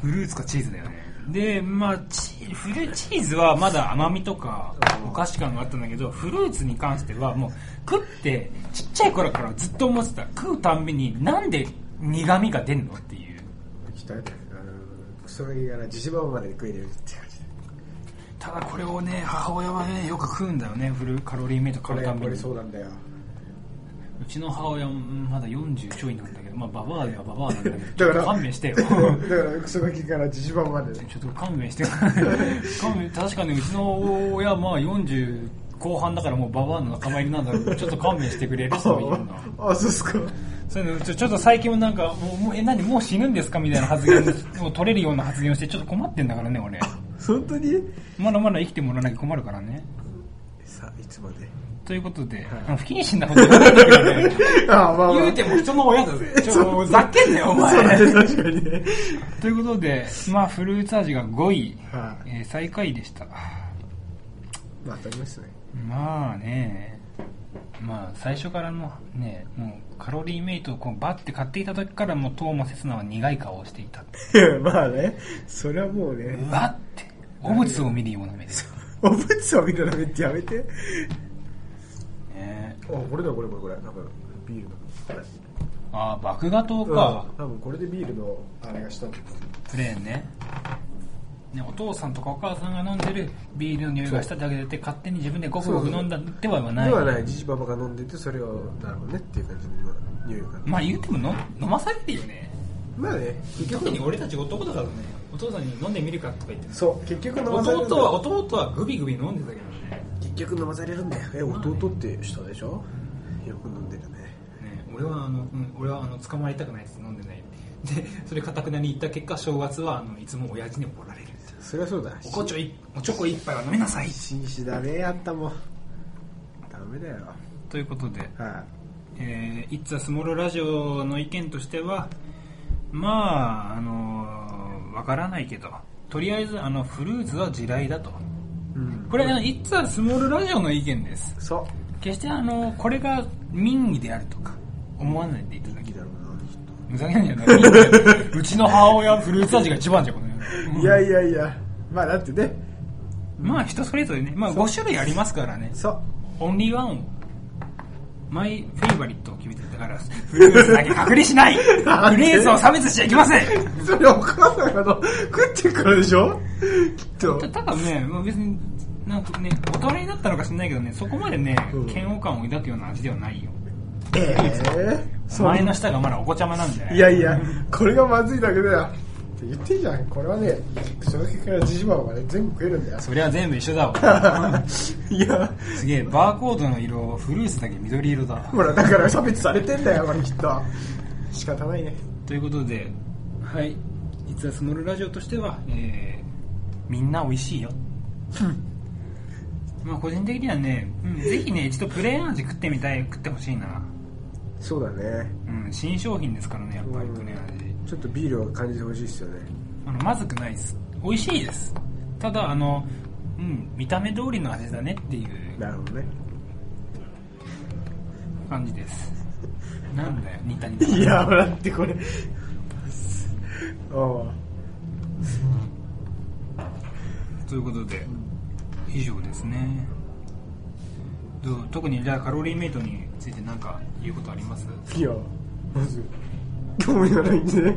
[SPEAKER 3] フルーツかチーズだよねでまあチフルチーズはまだ甘みとかお菓子感があったんだけどフルーツに関してはもう食ってちっちゃい頃からずっと思ってた食うたんびになんで苦味が出んのっていう
[SPEAKER 2] きたいあのクソガキがな自信満々まで食えるって感じ
[SPEAKER 3] ただこれをね母親はねよく食うんだよねフルカロリーメイト
[SPEAKER 2] こ
[SPEAKER 3] 買う
[SPEAKER 2] れ
[SPEAKER 3] た
[SPEAKER 2] や
[SPEAKER 3] ん
[SPEAKER 2] っ
[SPEAKER 3] び
[SPEAKER 2] ぱ
[SPEAKER 3] に
[SPEAKER 2] りそうなんだよ
[SPEAKER 3] うちの母親もまだ40ちょいなんだけどまあババアではババアなんだけど
[SPEAKER 2] だから
[SPEAKER 3] ちょっと勘弁してよ
[SPEAKER 2] だからクソガキから自信満々まで
[SPEAKER 3] ちょっと勘弁して、勘弁確かにうちの親はまあ40後半だからもうババアの仲間入りなんだろうけどちょっと勘弁してくれる人もいるな。
[SPEAKER 2] ああそうっすか
[SPEAKER 3] そういうのちょちょっと最近もなんか、もうもうえ、何、もう死ぬんですかみたいな発言を取れるような発言をして、ちょっと困ってんだからね、俺。
[SPEAKER 2] 本当に
[SPEAKER 3] まだまだ生きてもらわなきゃ困るからね。
[SPEAKER 2] さあいつまで
[SPEAKER 3] ということで、あの不謹慎なこと言わないでくれ ね
[SPEAKER 2] ああまあま
[SPEAKER 3] 言
[SPEAKER 2] あ
[SPEAKER 3] うても人の親だぜ。ちょ、もうざけんなよ、お前。
[SPEAKER 2] 確かにね
[SPEAKER 3] ということで、まあ、フルーツ味が5位、
[SPEAKER 2] は
[SPEAKER 3] えー最下位でした。
[SPEAKER 2] まあ当たりますね
[SPEAKER 3] まあねまあ最初からのねもうカロリーメイトをこうバッて買っていた時からもうトーマセスナは苦い顔をしていた
[SPEAKER 2] い やまあねそれはもうね
[SPEAKER 3] うわって汚物を見るような目で、
[SPEAKER 2] お物を見たらめってやめて
[SPEAKER 3] ね、
[SPEAKER 2] あこれだこれこれこれ多分ビールのこれ
[SPEAKER 3] ああ麦芽糖か
[SPEAKER 2] うん多分これでビールのあれがしたんだ
[SPEAKER 3] プレーンねねお父さんとかお母さんが飲んでるビールの匂いがしただけで勝手に自分でごくごく飲んだではない
[SPEAKER 2] ではないじじばばが飲んでてそれをなるほどねっていう感じの今匂いが
[SPEAKER 3] まあ言うても飲飲まされてるよね
[SPEAKER 2] まあね結
[SPEAKER 6] 特
[SPEAKER 2] 局
[SPEAKER 6] に俺たち男だからねお父さんに飲んでみるかとか言って
[SPEAKER 2] そう結局飲まされるん
[SPEAKER 6] 弟
[SPEAKER 2] だ
[SPEAKER 6] は弟はグビグビ飲んでたけどね
[SPEAKER 2] 結局飲まされるんだよえ弟って人でしょよく飲んでるね
[SPEAKER 6] ね俺はあの、うん、俺はあの捕まりたくないって飲んでないでそれかたくなに言った結果正月はあのいつも親父に怒られる
[SPEAKER 2] そりゃそうだ
[SPEAKER 6] おこちょいおちょこ一杯は飲みなさい
[SPEAKER 2] 紳士だねあんたもダメだよ
[SPEAKER 3] ということで
[SPEAKER 2] は
[SPEAKER 3] えー、いつはスモールラジオの意見としては、まあ、あのーわからないけど、とりあえず、あの、フルーツは地雷だと。
[SPEAKER 2] いうん
[SPEAKER 3] これ、あのいつはスモールラジオの意見です。
[SPEAKER 2] そう
[SPEAKER 3] 決して、あのこれが民意であるとか、思わないでいただ
[SPEAKER 2] い
[SPEAKER 3] き
[SPEAKER 2] い
[SPEAKER 3] たい。
[SPEAKER 2] だろうなきっと
[SPEAKER 3] ふざけんなよな。民意だようちの母親はフルーツ味が一番じゃん、この世
[SPEAKER 2] いやいやいやまあだってね
[SPEAKER 3] まあ、人それぞれね。まあ、5種類ありますからね。
[SPEAKER 2] そう
[SPEAKER 3] オンリーワンを、マイフェイバリットを決めてたから、フルーツだけ隔離しないフレーズを差別しちゃいけません
[SPEAKER 2] それお母さんがの食ってるからでしょきっと
[SPEAKER 3] ただね、まあ別に、なんかね、大人になったのか知らないけどね、そこまでね、
[SPEAKER 2] うん
[SPEAKER 3] 嫌悪感を抱くような味ではないよ。
[SPEAKER 2] ええそう
[SPEAKER 3] 前の舌がまだお子ちゃまなんで。
[SPEAKER 2] いやいや、これがまずいだけだよ。って言ってんじゃん。これはね、その結果自信満はね、全部食えるんだよ。
[SPEAKER 3] そりゃ全部一緒だわ。
[SPEAKER 2] いや、
[SPEAKER 3] すげえ、バーコードの色、フルーツだけ緑色だ。
[SPEAKER 2] ほら、だから差別されてんだよ、これきっと。仕方ないね。
[SPEAKER 3] ということで、はい。実はスモールラジオとしては、えー、みんな美味しいよ。まあ個人的にはね、うんぜひね、一度プレーン味食ってみたい、食ってほしいな。
[SPEAKER 2] そうだね。
[SPEAKER 3] うん、新商品ですからね、やっぱりプレーン味。
[SPEAKER 2] ちょっとビールを感じてほしいですよね。
[SPEAKER 3] あのまずくないです美味しいですただあの、うん、見た目通りの味だねっていう
[SPEAKER 2] なるほどね。
[SPEAKER 3] 感じですなんだよ似た似た
[SPEAKER 2] いや、ほらってこれ。おう
[SPEAKER 3] ということで、以上ですね。どう特にじゃあカロリーメイトについて何か言うことあります
[SPEAKER 2] いや、まず、興味がないんでね。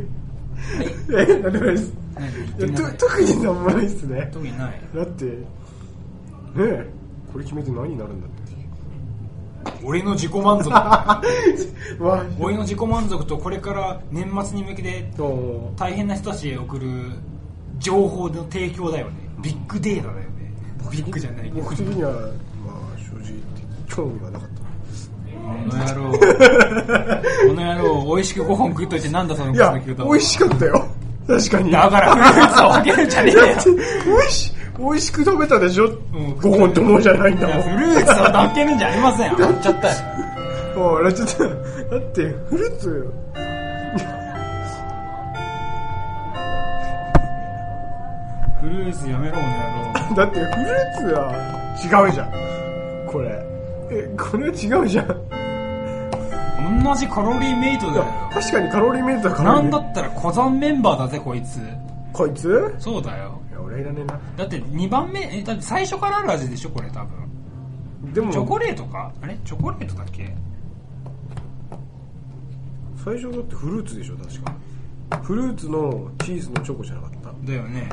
[SPEAKER 2] え、なんでもないです。
[SPEAKER 3] 何言っ
[SPEAKER 2] い
[SPEAKER 3] て
[SPEAKER 2] や
[SPEAKER 3] みなさい
[SPEAKER 2] と特になんもないっすね。
[SPEAKER 3] 特にない。
[SPEAKER 2] だって、ねえ、これ決めて何になるんだっ
[SPEAKER 3] 俺の自己満足。
[SPEAKER 2] て。わあ、
[SPEAKER 3] 俺の自己満足とこれから年末に向けて
[SPEAKER 2] と、
[SPEAKER 3] 大変な人たちへ送る情報の提供だよね。ビッグデータだよね。ビッグじゃないけど
[SPEAKER 2] 僕。的には、まあ、正直言って、興味がなかった。
[SPEAKER 3] この野郎。この野郎、美味しく5本食っといてなんだその
[SPEAKER 2] いや、
[SPEAKER 3] 食
[SPEAKER 2] 美
[SPEAKER 3] うと
[SPEAKER 2] 味しかったよ。確かに。
[SPEAKER 3] だからフルーツを分けるんじゃねえよ
[SPEAKER 2] だって美味し、美味しく食べたでしょ、うんご飯ってもうじゃないんだ
[SPEAKER 3] い
[SPEAKER 2] も
[SPEAKER 3] や
[SPEAKER 2] ん。
[SPEAKER 3] フルーツを分けるんじゃありません。笑っちゃったよ。
[SPEAKER 2] もう笑っちょっと、だって、フルーツよ。
[SPEAKER 3] フルーツやめろ、この野郎。
[SPEAKER 2] だって、フルーツは違うじゃん。これ。え、これは違うじゃん。
[SPEAKER 3] 同じカロリーメイトだよ。
[SPEAKER 2] 確かにカロリーメイトだから、
[SPEAKER 3] なんだったら火山メンバーだぜ、こいつ。
[SPEAKER 2] こいつい
[SPEAKER 3] そうだよ。
[SPEAKER 2] や、俺はいらねえな。
[SPEAKER 3] だって2番目、え、だって最初からある味でしょ、これ多分。
[SPEAKER 2] でも、
[SPEAKER 3] チョコレートかあれチョコレートだっけ
[SPEAKER 2] 最初だってフルーツでしょ、確か。フルーツのチーズのチョコじゃなかった。
[SPEAKER 3] だよね。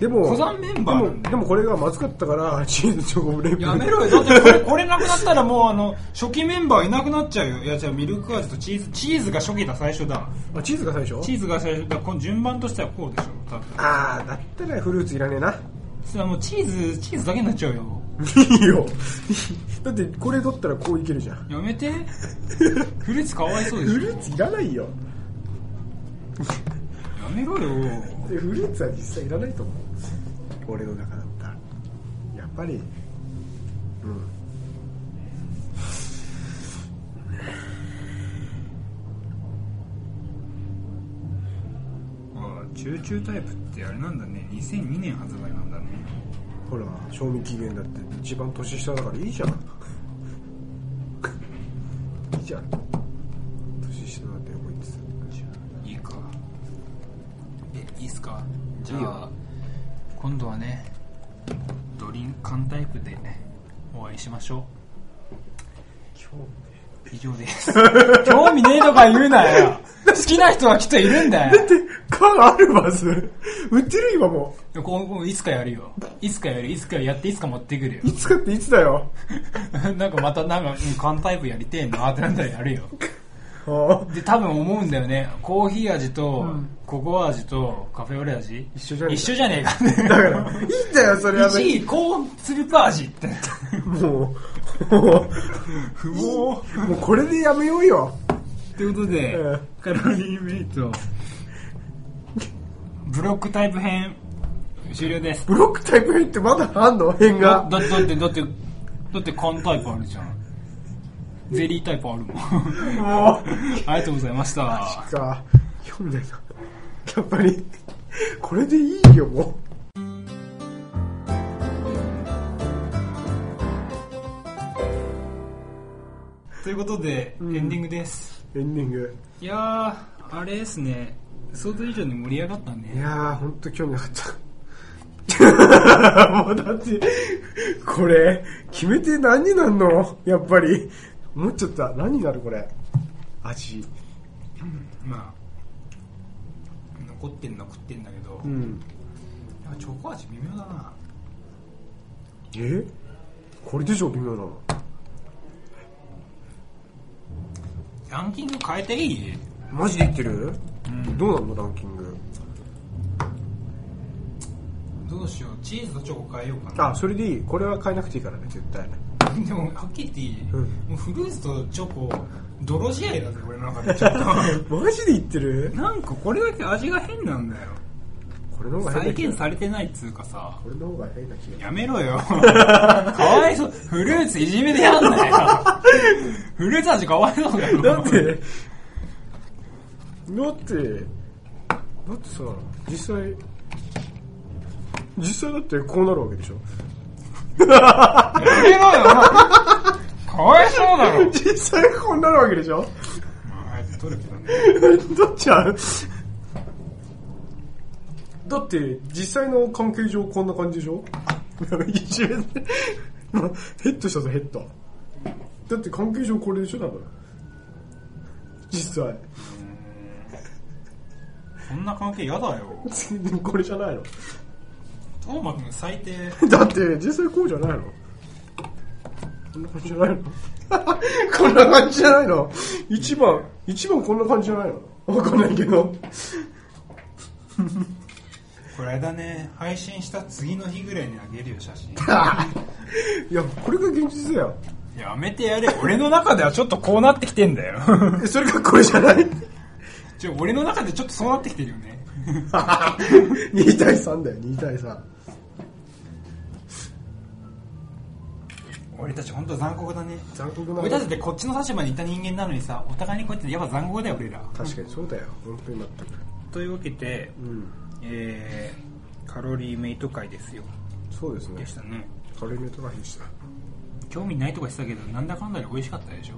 [SPEAKER 2] でも、
[SPEAKER 3] 登山メンバーなん
[SPEAKER 2] でも、でもこれがまずかったから、チーズチョコフレープ。
[SPEAKER 3] やめろよ。 だってこれ、これなくなったらもうあの、初期メンバーいなくなっちゃうよ。いや、じゃあミルク味とチーズ、チーズが初期だ、最初だ。
[SPEAKER 2] あ、チーズが最初
[SPEAKER 3] チーズが最初だ、この順番としてはこうでしょ、多分。
[SPEAKER 2] あー、だったらフルーツいらねえな。
[SPEAKER 3] それはもうチーズ、チーズだけになっちゃうよ。
[SPEAKER 2] いいよ。だって、これ取ったらこういけるじゃん。
[SPEAKER 3] やめて。フルーツかわいそう
[SPEAKER 2] フ
[SPEAKER 3] でしょ。
[SPEAKER 2] ルーツいらないよ。
[SPEAKER 3] やめろよ。
[SPEAKER 2] でフルーツは実際いらないと思う。俺の中だったら。やっぱり、うん。
[SPEAKER 3] ああ、チューチュータイプってあれなんだね。2002年発売なんだね。
[SPEAKER 2] ほら、賞味期限だって一番年下だからいいじゃん。 いいじゃん。年下だってこいつ。
[SPEAKER 3] いいか。え、いいっすかじゃあ、今度はね、ドリンク缶タイプでお会いしましょう。以上です。興味ねえとか言うなよ。好きな人はきっといるんだよ。
[SPEAKER 2] 缶あるまず。売ってる今も
[SPEAKER 3] いや今後いつかやるよ。いつかやる、いつかやって、いつか持ってくるよ
[SPEAKER 2] う。い。つかっていつだよ。
[SPEAKER 3] なんかまたなんか、うん缶タイプやりてえなってなんだらやるよ。
[SPEAKER 2] あー
[SPEAKER 3] で、多分思うんだよね。コーヒー味と、ココア味と、カフェオレ味
[SPEAKER 2] 一緒じゃねえか
[SPEAKER 3] 一緒じゃねえかって。
[SPEAKER 2] だから、いいんだよ、そ れはね。
[SPEAKER 3] 1位、コーンスープ味って。
[SPEAKER 2] もう、もう、もうこれでやめようよ。
[SPEAKER 3] ということで、
[SPEAKER 2] え
[SPEAKER 3] カロリーメイト、ブロックタイプ編、終了です。
[SPEAKER 2] ブロックタイプ編ってまだあんの編
[SPEAKER 3] だ
[SPEAKER 2] が。
[SPEAKER 3] だだって、だって、だって缶タイプあるじゃん。ゼリータイプある もん。
[SPEAKER 2] も
[SPEAKER 3] ありがとうございました。
[SPEAKER 2] う、か、読んでな。やっぱり、これでいいよ、も
[SPEAKER 3] ということで、エンディングです。
[SPEAKER 2] う。エンディング。
[SPEAKER 3] いやー、あれですね、想像以上に盛り上がった
[SPEAKER 2] い
[SPEAKER 3] ね。
[SPEAKER 2] やー、ほんと興味なかった。 もうだって、これ、決めて何になるのやっぱり。思っちゃった。何になるこれ。味。
[SPEAKER 3] まあ、残ってん残ってんだけど、
[SPEAKER 2] うん。
[SPEAKER 3] いやチョコ味微妙だな。
[SPEAKER 2] えこれでしょ、微妙なの。
[SPEAKER 3] ランキング変えていい
[SPEAKER 2] マジで言ってる、どうなんのランキング
[SPEAKER 3] どうしよう、チーズとチョコ変えようかな。
[SPEAKER 2] あそれでいいこれは変えなくていいからね絶対ね
[SPEAKER 3] でも、はっきり言っていい、
[SPEAKER 2] うん
[SPEAKER 3] もうフルーツとチョコ、泥仕合だぜ、俺の 中で。ちょっ
[SPEAKER 2] マジで言ってる
[SPEAKER 3] となんかこれだけ味が変なんだよ。
[SPEAKER 2] これの方が
[SPEAKER 3] 再
[SPEAKER 2] 変な気
[SPEAKER 3] 現
[SPEAKER 2] が
[SPEAKER 3] されてないっつうかさ。
[SPEAKER 2] これの方が変な気が
[SPEAKER 3] やめ ろよ。かわいそう。フルーツいじめでやん なよ。フルーツ味かわいそうだよ。
[SPEAKER 2] だってだってだってさ実際実際だってこうなるわけでしょ
[SPEAKER 3] やめろよ。かわいそうだ ろ。
[SPEAKER 2] 実際こうなるわけでしょ
[SPEAKER 3] あいつ取るけどね。
[SPEAKER 2] どっちゃうだって、実際の関係上こんな感じでしょ一瞬でヘッドしたぞ、ヘッド。だって関係上これでしょ、多分。実際。
[SPEAKER 3] こんな関係やだよ
[SPEAKER 2] でも これじゃないの。
[SPEAKER 3] トーマ君最低
[SPEAKER 2] だって、実際こうじゃないのこんな感じじゃないの こんな感じじゃないの一番、一番こんな感じじゃないのわかんないけど。
[SPEAKER 3] これだね配信した次の日ぐらいにあげるよ写 真
[SPEAKER 2] いや、これが現実だよ。
[SPEAKER 3] やめてやれ俺の中ではちょっとこうなってきてん だよ
[SPEAKER 2] えそれがこれじゃない
[SPEAKER 3] ちょ俺の中でちょっとそうなってきてるよね
[SPEAKER 2] 2対3だよ2対3
[SPEAKER 3] 俺たち本当残酷だね
[SPEAKER 2] 残酷な
[SPEAKER 3] 俺たちってこっちの立場にいた人間なのにさお互いにこうやってやっぱ残酷だよ俺ら
[SPEAKER 2] 確かにそうだよ本当になってく
[SPEAKER 3] というわけで、
[SPEAKER 2] うん
[SPEAKER 3] えーカロリーメイト会ですよ
[SPEAKER 2] そうですね
[SPEAKER 3] でしたね
[SPEAKER 2] カレーメとかでした
[SPEAKER 3] 興味ないとかしてたけどなんだかんだで美味しかったでしょ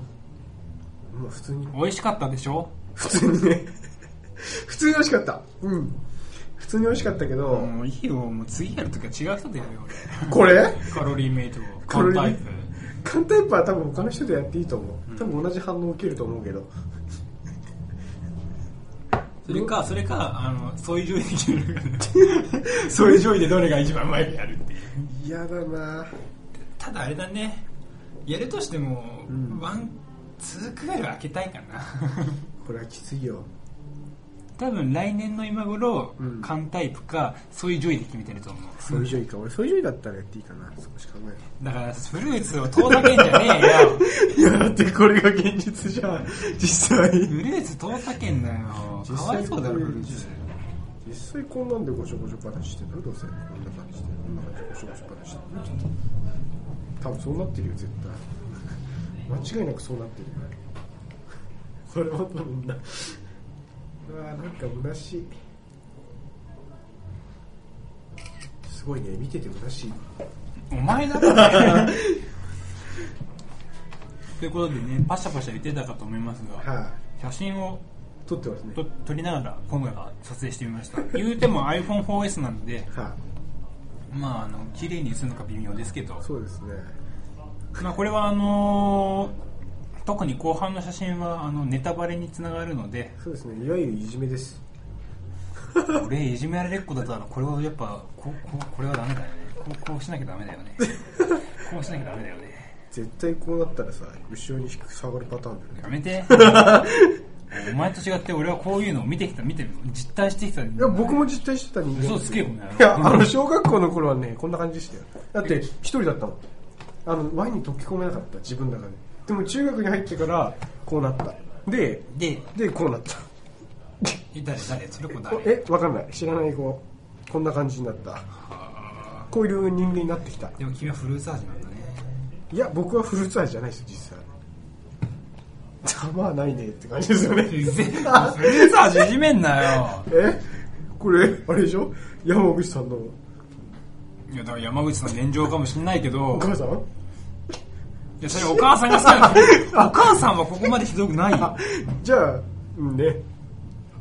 [SPEAKER 2] まあ普通に
[SPEAKER 3] 美味しかったでしょ
[SPEAKER 2] 普通にね普通に美味しかったうん普通に美味しかったけど、
[SPEAKER 3] もういいよもう次やるときは違う人でやる よ
[SPEAKER 2] これ
[SPEAKER 3] 俺カロリーメイトを
[SPEAKER 2] カロリー
[SPEAKER 3] 缶タイプ
[SPEAKER 2] 缶タイプは多分他の人とやっていいと思う多分同じ反応を受けると思うけど、
[SPEAKER 3] それかそれかあのソイジョイで決めるからねソイジョイでどれが一番うまいかやるっていう
[SPEAKER 2] 嫌だな
[SPEAKER 3] ただあれだねやるとしても、ワンツーくらいは開けたいかな
[SPEAKER 2] これはきついよ
[SPEAKER 3] 多分来年の今頃、
[SPEAKER 2] うん
[SPEAKER 3] 缶タイプかソイジョイで決めてると思う
[SPEAKER 2] そういう上位か俺そういう上位だったらやっていいかな少し考える
[SPEAKER 3] だからフルーツを遠ざけんじゃねえ よ
[SPEAKER 2] いやだってこれが現実じゃん実際
[SPEAKER 3] フルーツ遠ざけんなよかわいそうだろフルーツ
[SPEAKER 2] 実際こんなんでごちょごちょ話してるどうせこんな感じでこんな感じでごちょごちょ話してる多分そうなってるよ絶対間違いなくそうなってるよこれは多分なうわーなんか虚しいすごいね見てて虚しい
[SPEAKER 3] お前だろね ということでねパシャパシャ言ってたかと思いますが
[SPEAKER 2] は
[SPEAKER 3] 写真を
[SPEAKER 2] い撮ってますね
[SPEAKER 3] と撮りながら今回は撮影してみました言うても iPhone4S なんで
[SPEAKER 2] は
[SPEAKER 3] まああの綺麗に映るのか微妙ですけど
[SPEAKER 2] いそうですね
[SPEAKER 3] まあ、これはあのー特に後半の写真はあのネタバレにつながるので
[SPEAKER 2] そうですねいわゆるいじめです
[SPEAKER 3] 俺いじめられっ子だったらこれはやっぱこうこうこれはダメだよねこうこうしなきゃダメだよねこうしなきゃダメだよね
[SPEAKER 2] 絶対こうなったらさ後ろに下がるパターンだよね
[SPEAKER 3] やめ てお前と違って俺はこういうのを見てきた見てる実体してきたい
[SPEAKER 2] いや僕も実体してた人間です
[SPEAKER 3] 嘘つけよこの野郎
[SPEAKER 2] いや、あの、小学校の頃はね、こんな感じでしたよ。だって、一人だったもん。あの、ワインに溶け込めなかった、自分の中で。でも、中学に入ってから、こうなった。で、
[SPEAKER 3] で
[SPEAKER 2] で、こうなった。
[SPEAKER 3] え誰誰それ子誰
[SPEAKER 2] え、わかんない。知らない子。こんな感じになった。こういう人間になってきた。
[SPEAKER 3] でも君はフルーツ味なんだね
[SPEAKER 2] いや、僕はフルーツ味じゃないですよ、実際。ざまあないねって感じですよね。
[SPEAKER 3] うぜフルーツ味いじめんなよ
[SPEAKER 2] えこれ、あれでしょ山口さんの
[SPEAKER 3] いやだから山口さん炎上かもしんないけど
[SPEAKER 2] お母さん
[SPEAKER 3] いや、それお母さんがさ、お母さんはここまでひどくないよ。
[SPEAKER 2] じゃあ、うんね。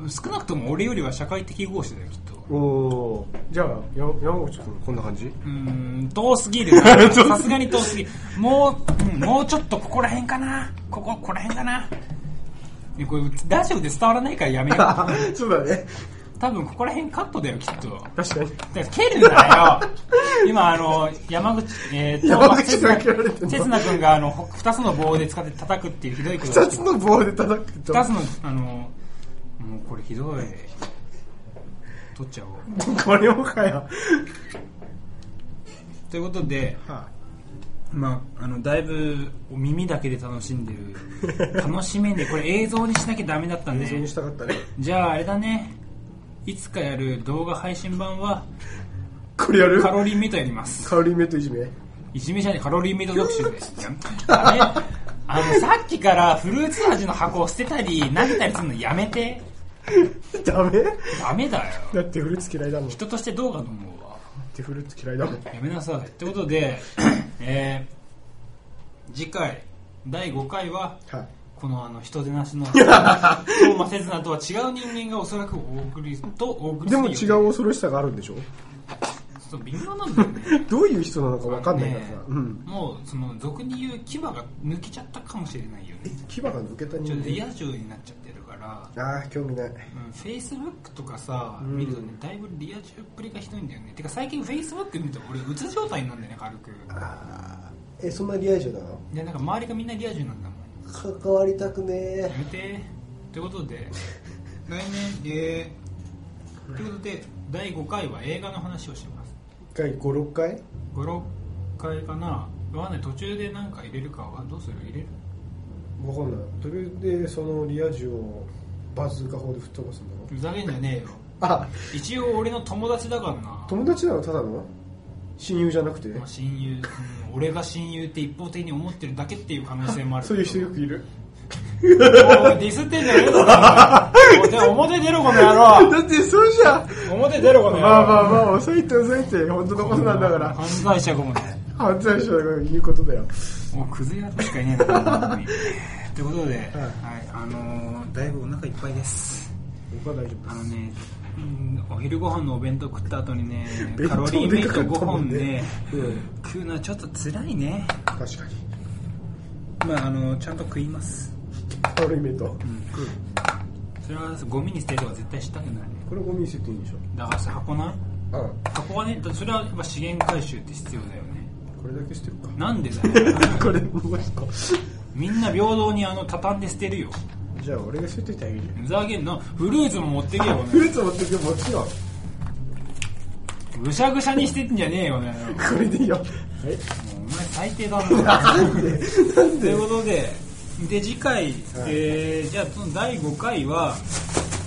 [SPEAKER 3] 少なくとも俺よりは社会的合詞だよ、きっと。
[SPEAKER 2] おーじゃあ、や山口くん、こんな感じ
[SPEAKER 3] うーん、遠す ぎる。さすがに遠すぎる。もう、うんもうちょっとここら辺かな。ここ、ここら辺かな。いやこれ、ラジオで伝わらないからやめよ
[SPEAKER 2] あ
[SPEAKER 3] う。
[SPEAKER 2] そうだね。
[SPEAKER 3] 多分ここら辺カットだよ、きっと。だか
[SPEAKER 2] 確かに。
[SPEAKER 3] ら蹴るなよ。今、あの、山口、えーと、
[SPEAKER 2] 山口さん蹴られてんの
[SPEAKER 3] せつな君が、あの、ほ二つの棒で使って叩くっていうひどいことをして
[SPEAKER 2] 二つの棒で叩くと。
[SPEAKER 3] 二つのあのもうこれひどい取っちゃおう
[SPEAKER 2] これもかよ。
[SPEAKER 3] ということで、
[SPEAKER 2] は
[SPEAKER 3] まあ、あのだいぶお耳だけで楽しんでる 楽しめねこれ映像にしなきゃダメだった
[SPEAKER 2] 映像に
[SPEAKER 3] ね
[SPEAKER 2] したかったね。
[SPEAKER 3] じゃああれだねいつかやる動画配信版は
[SPEAKER 2] これやる
[SPEAKER 3] カロリーメイトやります
[SPEAKER 2] カロリーメイトいじめ。
[SPEAKER 3] いじめじゃねえカロリーメイト特集ですやめてやめあのさっきからフルーツ味の箱を捨てたり投げたりするのやめて
[SPEAKER 2] ダメ
[SPEAKER 3] ダメだよ
[SPEAKER 2] だってフルーツ嫌いだもん。だ
[SPEAKER 3] 人としてどうかと思うわ
[SPEAKER 2] ってフルーツ嫌いだもん。
[SPEAKER 3] やめなさい。ってことで、えー次回、第5回は、
[SPEAKER 2] はい。
[SPEAKER 3] ここのあの人出 なしの相馬刹那とは違う人間がおそらくお送りとお送り
[SPEAKER 2] ですも
[SPEAKER 3] る
[SPEAKER 2] 違う恐ろしさがあるんでしょ
[SPEAKER 3] そう微妙なんだよね
[SPEAKER 2] どういう人なのか分かんないからさ
[SPEAKER 3] ね。
[SPEAKER 2] うん。
[SPEAKER 3] もうその俗に言う牙が抜けちゃったかもしれないよ
[SPEAKER 2] え
[SPEAKER 3] ね
[SPEAKER 2] 牙が抜けた
[SPEAKER 3] ちょ
[SPEAKER 2] 人
[SPEAKER 3] っとリ
[SPEAKER 2] 間。
[SPEAKER 3] ア充になっちゃってるから
[SPEAKER 2] ああ、興味ない。
[SPEAKER 3] フェイスブックとかさ、
[SPEAKER 2] ん
[SPEAKER 3] 見るとねだいぶリア充っぷりがひどいんだよねてか最近フェイスブック見ると俺うつ状態なんだよね軽く
[SPEAKER 2] え、そんなリア充なの
[SPEAKER 3] でなんか周りがみんなリア充なんだもんや
[SPEAKER 2] 関わりたくねえ。
[SPEAKER 3] めてということで 来年えー、ということで第5回は映画の話をします
[SPEAKER 2] 一回5、6回
[SPEAKER 3] 56回かなわかんない途中で何か入れるかはどうする入れる
[SPEAKER 2] わかんない。それで、そのリア充をバズーカ砲で吹っ飛ばすんだろ
[SPEAKER 3] ふざけんじゃねえよ
[SPEAKER 2] あ、
[SPEAKER 3] 一応俺の友達だからな、ま
[SPEAKER 2] 友達なのただの親友じゃなくて。
[SPEAKER 3] あ、親友、うん俺が親友って一方的に思ってるだけっていう可能性もある
[SPEAKER 2] そういう人よくいる。
[SPEAKER 3] おいディスってんじゃねえぞお前おいで表出ろこの野郎
[SPEAKER 2] だって、そうじゃん
[SPEAKER 3] 表出ろこの野 郎
[SPEAKER 2] まあまあまあ、遅いって遅いって、本当のことなんだから。
[SPEAKER 3] 犯罪者かもね
[SPEAKER 2] 犯罪者だから言うことだよ。
[SPEAKER 3] もうクズ野郎しかいねえなこの番組ということで、 はいあのーだいぶお腹いっぱいです
[SPEAKER 2] 僕は大丈夫
[SPEAKER 3] あのね、うんお昼ご飯のお弁当食った後に ね
[SPEAKER 2] 弁
[SPEAKER 3] カ
[SPEAKER 2] 当
[SPEAKER 3] ロリーメイト5本で、
[SPEAKER 2] でうん
[SPEAKER 3] 食うのはちょっと辛いね
[SPEAKER 2] 確かに。
[SPEAKER 3] まああのちゃんと食います、
[SPEAKER 2] カロリーメイト。
[SPEAKER 3] うん、それはゴミに捨てるとか絶対したくない
[SPEAKER 2] これゴミに捨てていいんでしょ
[SPEAKER 3] だからさ箱な
[SPEAKER 2] あ
[SPEAKER 3] 箱はねだってそれはやっぱ資源回収って必要だよね
[SPEAKER 2] これだけ捨てるか。
[SPEAKER 3] なんでだよ
[SPEAKER 2] これもう一個。
[SPEAKER 3] みんな平等にあの畳んで捨てるよ
[SPEAKER 2] じゃあ俺が捨てといてあげるよ。
[SPEAKER 3] ふざけんなフルーツも持ってけよ
[SPEAKER 2] フルーツ持ってくよ、もちろん。
[SPEAKER 3] ぐしゃぐしゃにしてんじゃねえよね
[SPEAKER 2] これでいいよ。え
[SPEAKER 3] お前最低だな
[SPEAKER 2] なん
[SPEAKER 3] とい
[SPEAKER 2] で
[SPEAKER 3] うことでで次回、えー、じゃあその第5回は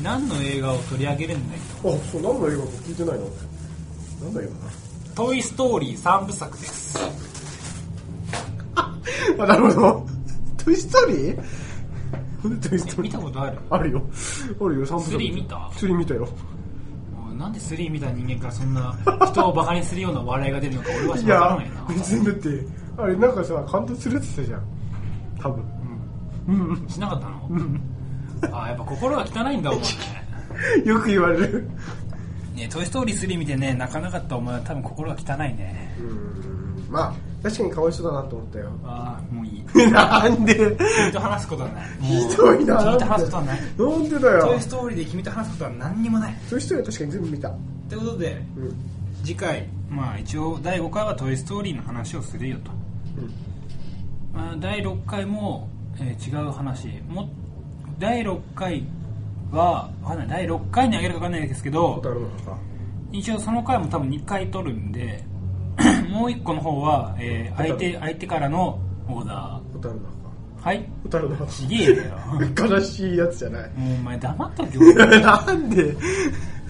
[SPEAKER 3] 何の映画を取り上げるんだっ
[SPEAKER 2] あ、そう、何の映画か聞いてないの何の映
[SPEAKER 3] けトイ・ストーリー3部作です
[SPEAKER 2] 画 だあ、なるほど。トイストーリーなんでトイストー
[SPEAKER 3] 見
[SPEAKER 2] リー
[SPEAKER 3] たことある
[SPEAKER 2] あるよ。あるよ、三部
[SPEAKER 3] スリー見た
[SPEAKER 2] スリー見たよ。
[SPEAKER 3] おいなんで3みたいな人間からそんな人をバカにするような笑いが出るのか俺はい知ら
[SPEAKER 2] や
[SPEAKER 3] ないな、
[SPEAKER 2] 別にだって、あれなんかさ、感動するって言ってたじゃん。多分。
[SPEAKER 3] しなかったのあーやっぱ心が汚いんだお前ね
[SPEAKER 2] よく言われる。
[SPEAKER 3] ねトイ・ストーリー3見てね泣かなかったお前は多分心が汚いね
[SPEAKER 2] うんまあ、確かにかわいそうだなと思ったよ。
[SPEAKER 3] ああもういい
[SPEAKER 2] なんで
[SPEAKER 3] 君と話すことはない
[SPEAKER 2] ひどいな。
[SPEAKER 3] 君と話すことはない
[SPEAKER 2] なんでだ
[SPEAKER 3] ト
[SPEAKER 2] よ
[SPEAKER 3] イ・ス。トーリーで君と話すことは何にもない
[SPEAKER 2] そういう人は確かに全部見た。
[SPEAKER 3] ということで
[SPEAKER 2] うん。
[SPEAKER 3] 次回まあ一応第5回は「トイ・ストーリー」の話をするよと、
[SPEAKER 2] うん
[SPEAKER 3] まあ、第6回も、えー違う話も第6回はわかんない第6回にあげるかわかんないですけど
[SPEAKER 2] 蛍の墓。
[SPEAKER 3] 一応その回も多分2回取るんで もう1個の方は、えー相手相手からのオーダ
[SPEAKER 2] 蛍の
[SPEAKER 3] ーはい
[SPEAKER 2] 墓。蛍の墓。
[SPEAKER 3] ちげえよ
[SPEAKER 2] 悲しいやつじゃない。
[SPEAKER 3] もうお前黙っとけよ
[SPEAKER 2] なんで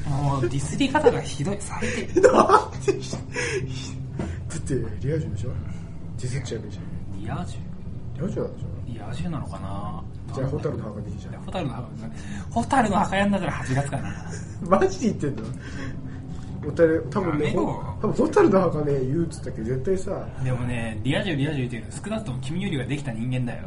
[SPEAKER 3] もうディスり方がひどい最低
[SPEAKER 2] なんでだって、リア充でしょディスっちゃうわけじゃん。
[SPEAKER 3] リア充
[SPEAKER 2] リア充なんでし
[SPEAKER 3] リア充なのかな
[SPEAKER 2] ょじゃあ、蛍の墓でいいじゃん。
[SPEAKER 3] ホタルの墓ホタルの墓やんだから8月かな。
[SPEAKER 2] マジで言ってんの蛍、多分ね、
[SPEAKER 3] やめろ
[SPEAKER 2] 多分蛍の墓ね、言うっつったけど、絶対さ、
[SPEAKER 3] でもね、リア充リア充言ってるけど、少なくとも君よりはできた人間だよ。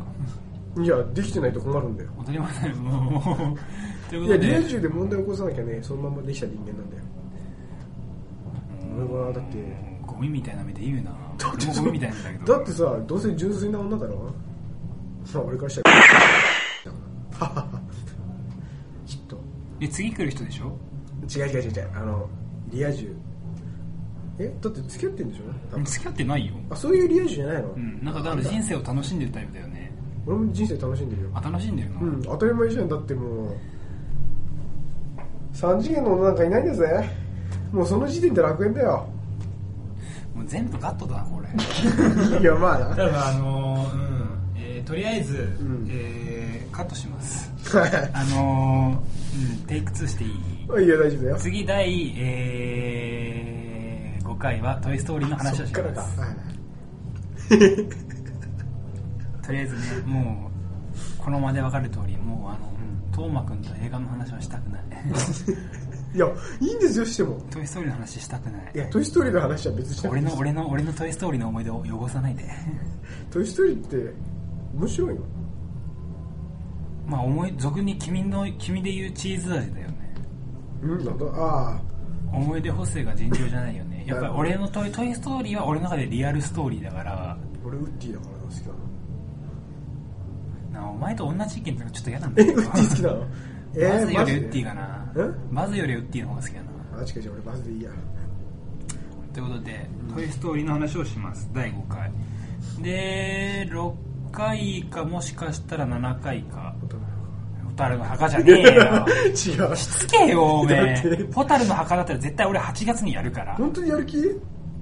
[SPEAKER 2] いや、できてないと困るんだよ。
[SPEAKER 3] 当たり前だよ、もう。という
[SPEAKER 2] い
[SPEAKER 3] こ
[SPEAKER 2] や、
[SPEAKER 3] と
[SPEAKER 2] リア
[SPEAKER 3] で、
[SPEAKER 2] 充で問題起こさなきゃね、そのままできた人間なんだよ。俺はだって、
[SPEAKER 3] ゴミみたいな目で言うな。俺もゴミみたいなんだけ
[SPEAKER 2] だ
[SPEAKER 3] ど。
[SPEAKER 2] ってさ、どうせ純粋な女だろまあ俺からしたら、 きっと。
[SPEAKER 3] で、次来る人でしょ
[SPEAKER 2] 違う違う違う違う、あの、リア充。えだって付き合ってんでしょ多分
[SPEAKER 3] 付き合ってないよ。
[SPEAKER 2] あ、そういうリア充じゃないの、
[SPEAKER 3] うん、なんかだから人生を楽しんでるタイプだよね。
[SPEAKER 2] 俺も人生楽しんでるよ。
[SPEAKER 3] あ、楽しんでるの、
[SPEAKER 2] うん、当たり前じゃん。だってもう、三次元の女なんかいないんだぜ。もうその時点で楽園だよ。
[SPEAKER 3] もう全部ガットだな、これ。
[SPEAKER 2] いや、 まあな。
[SPEAKER 3] だからあのーうん、えーとりあえず、
[SPEAKER 2] ん
[SPEAKER 3] えーカットします。あのーうん、テイク2していい
[SPEAKER 2] いや、大丈夫だよ。
[SPEAKER 3] 次第、えー、5回は「トイ・ストーリー」の話をし
[SPEAKER 2] から
[SPEAKER 3] ま
[SPEAKER 2] か。
[SPEAKER 3] す
[SPEAKER 2] はい
[SPEAKER 3] とりあえずねもうこのまで分かる通りもうあの、うん、トーマくんと映画の話はしたく ない「
[SPEAKER 2] いや、いいんですよ、しても。
[SPEAKER 3] トイ・ストーリー」の話したくない
[SPEAKER 2] いや、トイ・ストーリーの話は別に
[SPEAKER 3] 俺の俺の俺の「トイ・ストーリ ー」の思い出を汚さないで
[SPEAKER 2] トイ・ストーリーって面白いの
[SPEAKER 3] まあ思い俗に君の君で言うチーズ味だよね
[SPEAKER 2] うんなんだああ
[SPEAKER 3] 思い出補正が尋常じゃないよねやっぱり俺のトイ「トイ・ストーリー」は俺の中でリアルストーリーだから
[SPEAKER 2] 俺ウッディだからな好き だな
[SPEAKER 3] なあお前と同じ意見とかちょっと嫌なんだけど
[SPEAKER 2] ウッディ好きな の
[SPEAKER 3] バズよ
[SPEAKER 2] マ
[SPEAKER 3] り
[SPEAKER 2] ジ
[SPEAKER 3] ウ
[SPEAKER 2] で
[SPEAKER 3] ッディかな
[SPEAKER 2] え
[SPEAKER 3] バズよりウッディの方が好きだな
[SPEAKER 2] あ違う違う俺マジでいいや
[SPEAKER 3] ということで「トイ・ストーリー」の話をします第5回で6回かもしかしたら7回かホタルの墓じゃねえよ
[SPEAKER 2] 違う
[SPEAKER 3] つけよおめ
[SPEAKER 2] だって
[SPEAKER 3] えホタルの墓だったら絶対俺8月にやるから
[SPEAKER 2] 本当にやる気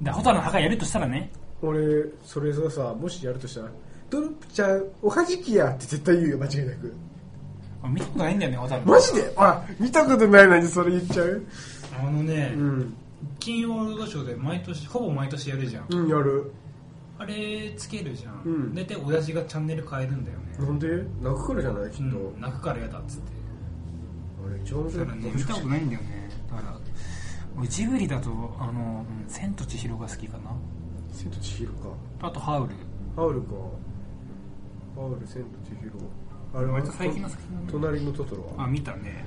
[SPEAKER 3] だホタルの墓やるとしたらね
[SPEAKER 2] 俺それささもしやるとしたらドルプちゃんおはじきやって絶対言うよ間違いなく
[SPEAKER 3] 見たことないんだよねホタル
[SPEAKER 2] マジであ見たことないのにそれ言っちゃう
[SPEAKER 3] あのね
[SPEAKER 2] うん
[SPEAKER 3] 金曜ロードショーで毎年ほぼ毎年やるじゃん
[SPEAKER 2] うんやる
[SPEAKER 3] あれつけるじゃん、
[SPEAKER 2] うん
[SPEAKER 3] 大体親父がチャンネル変えるんだよね、
[SPEAKER 2] なんで泣くからじゃないきっと、
[SPEAKER 3] うん泣くからやだっつって
[SPEAKER 2] あれ一番面白い
[SPEAKER 3] だからね見たことないんだよねだから俺ジブリだと「あのうん千と千尋」が好きかな
[SPEAKER 2] 千と千尋か
[SPEAKER 3] あと「ハウル」
[SPEAKER 2] ハウルかハウル千と千尋あれ
[SPEAKER 3] 割と最近の作品だね
[SPEAKER 2] 隣のトトロは
[SPEAKER 3] あ見たね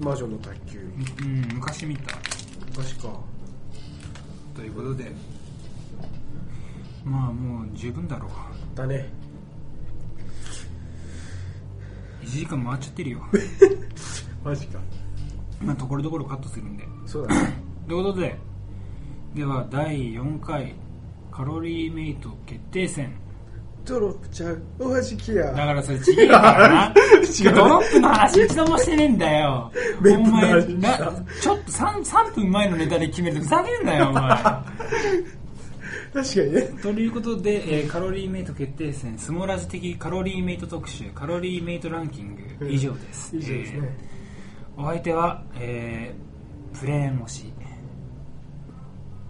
[SPEAKER 2] 魔女の宅急
[SPEAKER 3] うん昔見た
[SPEAKER 2] 昔か
[SPEAKER 3] ということでまあもう十分だろう
[SPEAKER 2] だね
[SPEAKER 3] 1時間回っちゃって るよ
[SPEAKER 2] マジか
[SPEAKER 3] まあところどころカットするんで
[SPEAKER 2] そうだ ね
[SPEAKER 3] ということででは第4回カロリーメイト決定戦
[SPEAKER 2] ドロップちゃんおはじき
[SPEAKER 3] だ
[SPEAKER 2] や
[SPEAKER 3] からそれちげえからな
[SPEAKER 2] 違う
[SPEAKER 3] ドロップの話一度もしてねえんだよ
[SPEAKER 2] メイ
[SPEAKER 3] お
[SPEAKER 2] プの
[SPEAKER 3] 前
[SPEAKER 2] 話
[SPEAKER 3] なちょっと 3, 3分前のネタで決めるとふざけんなよ お前
[SPEAKER 2] 確かにね
[SPEAKER 3] ということで、えーカロリーメイト決定戦スモラジ的カロリーメイト特集カロリーメイトランキング以上です
[SPEAKER 2] 以上ですね、
[SPEAKER 3] お相手は、えープレーン推し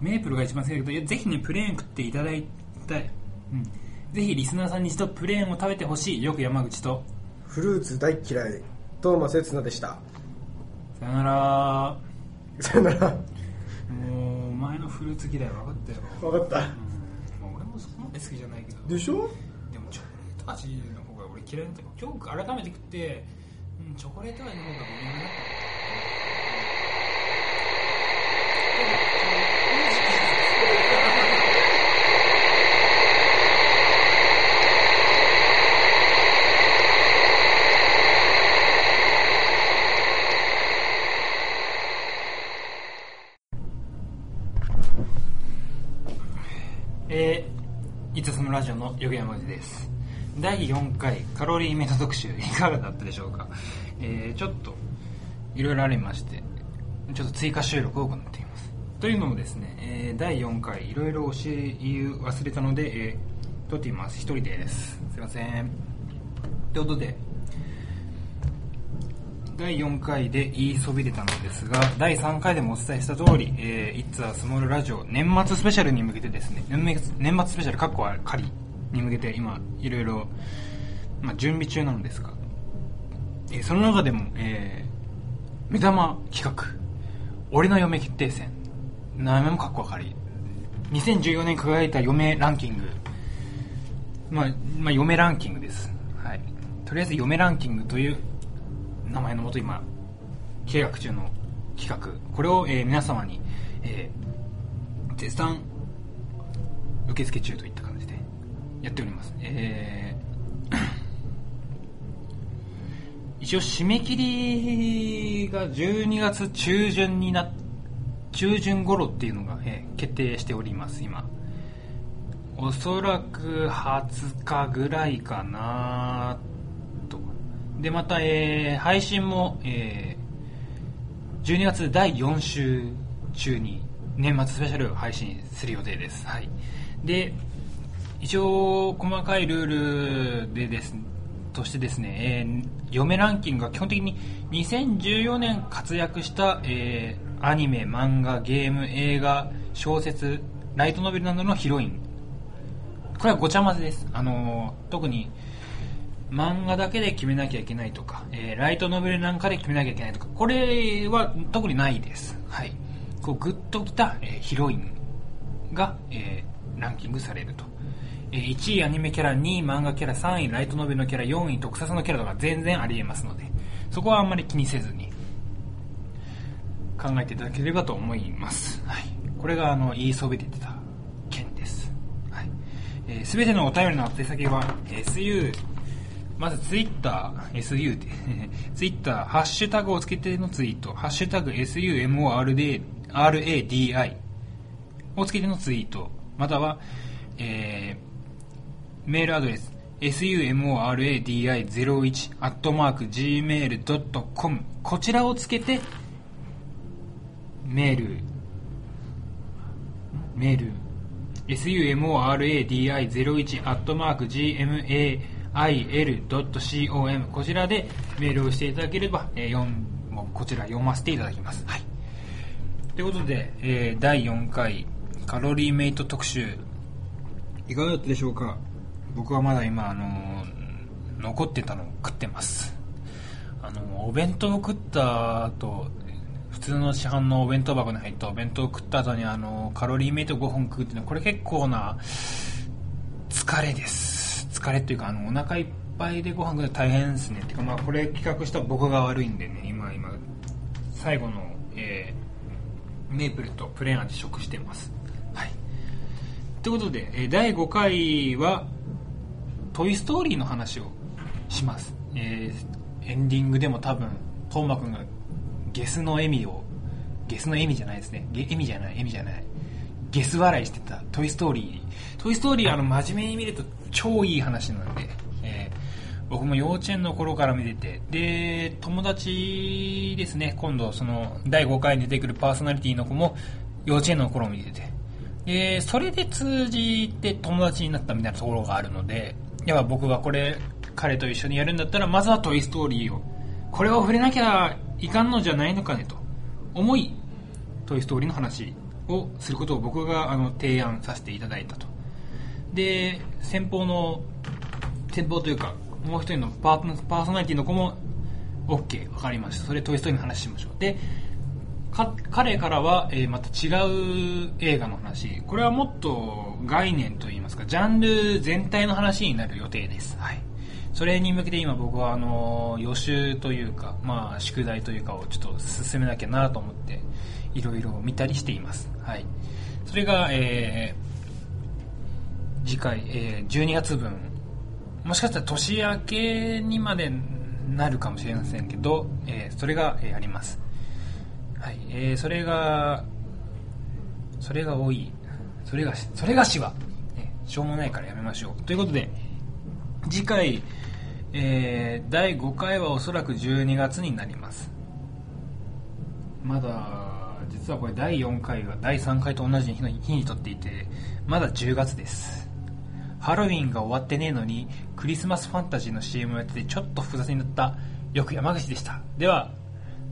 [SPEAKER 3] メープルが一番好きだけどいやぜひねプレーン食っていただいたい、うん、ぜひリスナーさんに一度プレーンを食べてほしいよく山口と
[SPEAKER 2] フルーツ大嫌いトーマセツナでした
[SPEAKER 3] さよなら
[SPEAKER 2] さよなら
[SPEAKER 3] もうお前のフルーツ嫌い分かったよ、
[SPEAKER 2] 分かった
[SPEAKER 3] まあ、俺もそこまで好きじゃないけど
[SPEAKER 2] でしょ
[SPEAKER 3] でもチョコレート味の方が俺嫌いだったから今日改めて食って、うん、チョコレート味の方が無理だなえー、いつそのラジオのよげやまじです第4回カロリーメイト特集 いかがだったでしょうか、えー、ちょっといろいろありましてちょっと追加収録を行っていますというのもですね、えー第4回いろいろ教え忘れたので、えー撮っています一人でですすいませんということで第4回で言いそびれたのですが第3回でもお伝えした通り「えー、It's a Small ラジオ」年末スペシャルに向けてですね年末年末スペシャルかっこ仮に向けて今いろいろまあ準備中なのですが、えーその中でも、えー目玉企画「俺の嫁決定戦」名前もかっこ仮2014年輝いた嫁ランキングまあ、まあ、嫁ランキングです、はい、とりあえず嫁ランキングという名前のもと今計画中の企画これを、えー皆様に、えー絶賛受付中といった感じでやっておりますえー 一応締め切りが12月中旬にな中旬頃っていうのが、えー決定しております今おそらく20日ぐらいかなとでまた、えー配信も、えー12月第4週中に年末スペシャルを配信する予定です、はい、で一応細かいルールでですとしてですね、えー嫁ランキングは基本的に2014年活躍した、えーアニメ、漫画、ゲーム、映画、小説、ライトノベルなどのヒロインこれはごちゃ混ぜです。あのー特に漫画だけで決めなきゃいけないとか、えーライトノベルなんかで決めなきゃいけないとか、これは特にないです。はい。こう、グッときた、えーヒロインが、えーランキングされるとえー1位アニメキャラ、2位漫画キャラ、3位ライトノベルのキャラ、4位特撮のキャラとか全然ありえますので、そこはあんまり気にせずに考えていただければと思います。はい、これがあの言いそびれてた件です。はいえー、全てのお便りの宛先は SU まずツイッター SU で ツイッターハッシュタグをつけてのツイートハッシュタグ SUMORADI をつけてのツイートまたは、えーメールアドレス sumoradi01-gmail.com こちらをつけてメールメール sumoradi01-gmail.com こちらでメールをしていただければ、えー読んもうこちら読ませていただきます。はい、ということで、えー第4回カロリーメイト特集いかがだったでしょうか僕はまだ今、あのー残ってたのを食ってます。あのお弁当を食った後普通の市販のお弁当箱に入ったお弁当を食った後にあのカロリーメイト5本食うっていうのはこれ結構な疲れです疲れっていうかあのお腹いっぱいでご飯食うの大変ですねてかまあこれ企画した僕が悪いんでね今今最後の、えーメープルとプレーン味食してますはいということで、えー第5回は「トイ・ストーリー」の話をします、えーエンディングでも多分トーマくんがゲスの笑みをゲスの笑みじゃないですねゲ笑みじゃない笑みじゃないゲス笑いしてた「トイ・ストーリー」「トイ・ストーリー」あの真面目に見ると超いい話なんで、えー僕も幼稚園の頃から見ててで友達ですね今度その第5回に出てくるパーソナリティの子も幼稚園の頃見ててでそれで通じて友達になったみたいなところがあるのでやっぱ僕はこれ彼と一緒にやるんだったらまずは「トイ・ストーリー」をこれを触れなきゃいかんのじゃないのかねと思い「トイ・ストーリー」の話をすることを僕があの提案させていただいたとで先方の先方というかもう一人のパートパーソナリティの子も OK 分かりましたそれ「トイ・ストーリー」の話しましょうでか彼からは、えーまた違う映画の話これはもっと概念といいますかジャンル全体の話になる予定です、はい、それに向けて今僕はあのー予習というか、まあ、宿題というかをちょっと進めなきゃなと思っていろいろ見たりしています、はい、それが、えー次回、えー12月分もしかしたら年明けにまでなるかもしれませんけど、えーそれが、えーありますはい、えーそれが、それが多い。それがし、それがしは、ね、しょうもないからやめましょう。ということで、次回、えー第5回はおそらく12月になります。まだ、実はこれ第4回が第3回と同じ日の日にとっていて、まだ10月です。ハロウィンが終わってねえのに、クリスマスファンタジーの CM をやっててちょっと複雑になった、よく山口でした。では、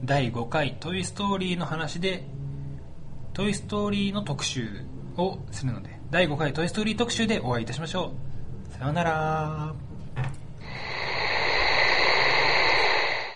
[SPEAKER 3] 第5回トイ・ストーリーの話で、トイ・ストーリーの特集をするので、第5回トイ・ストーリー特集でお会いいたしましょう。さようなら。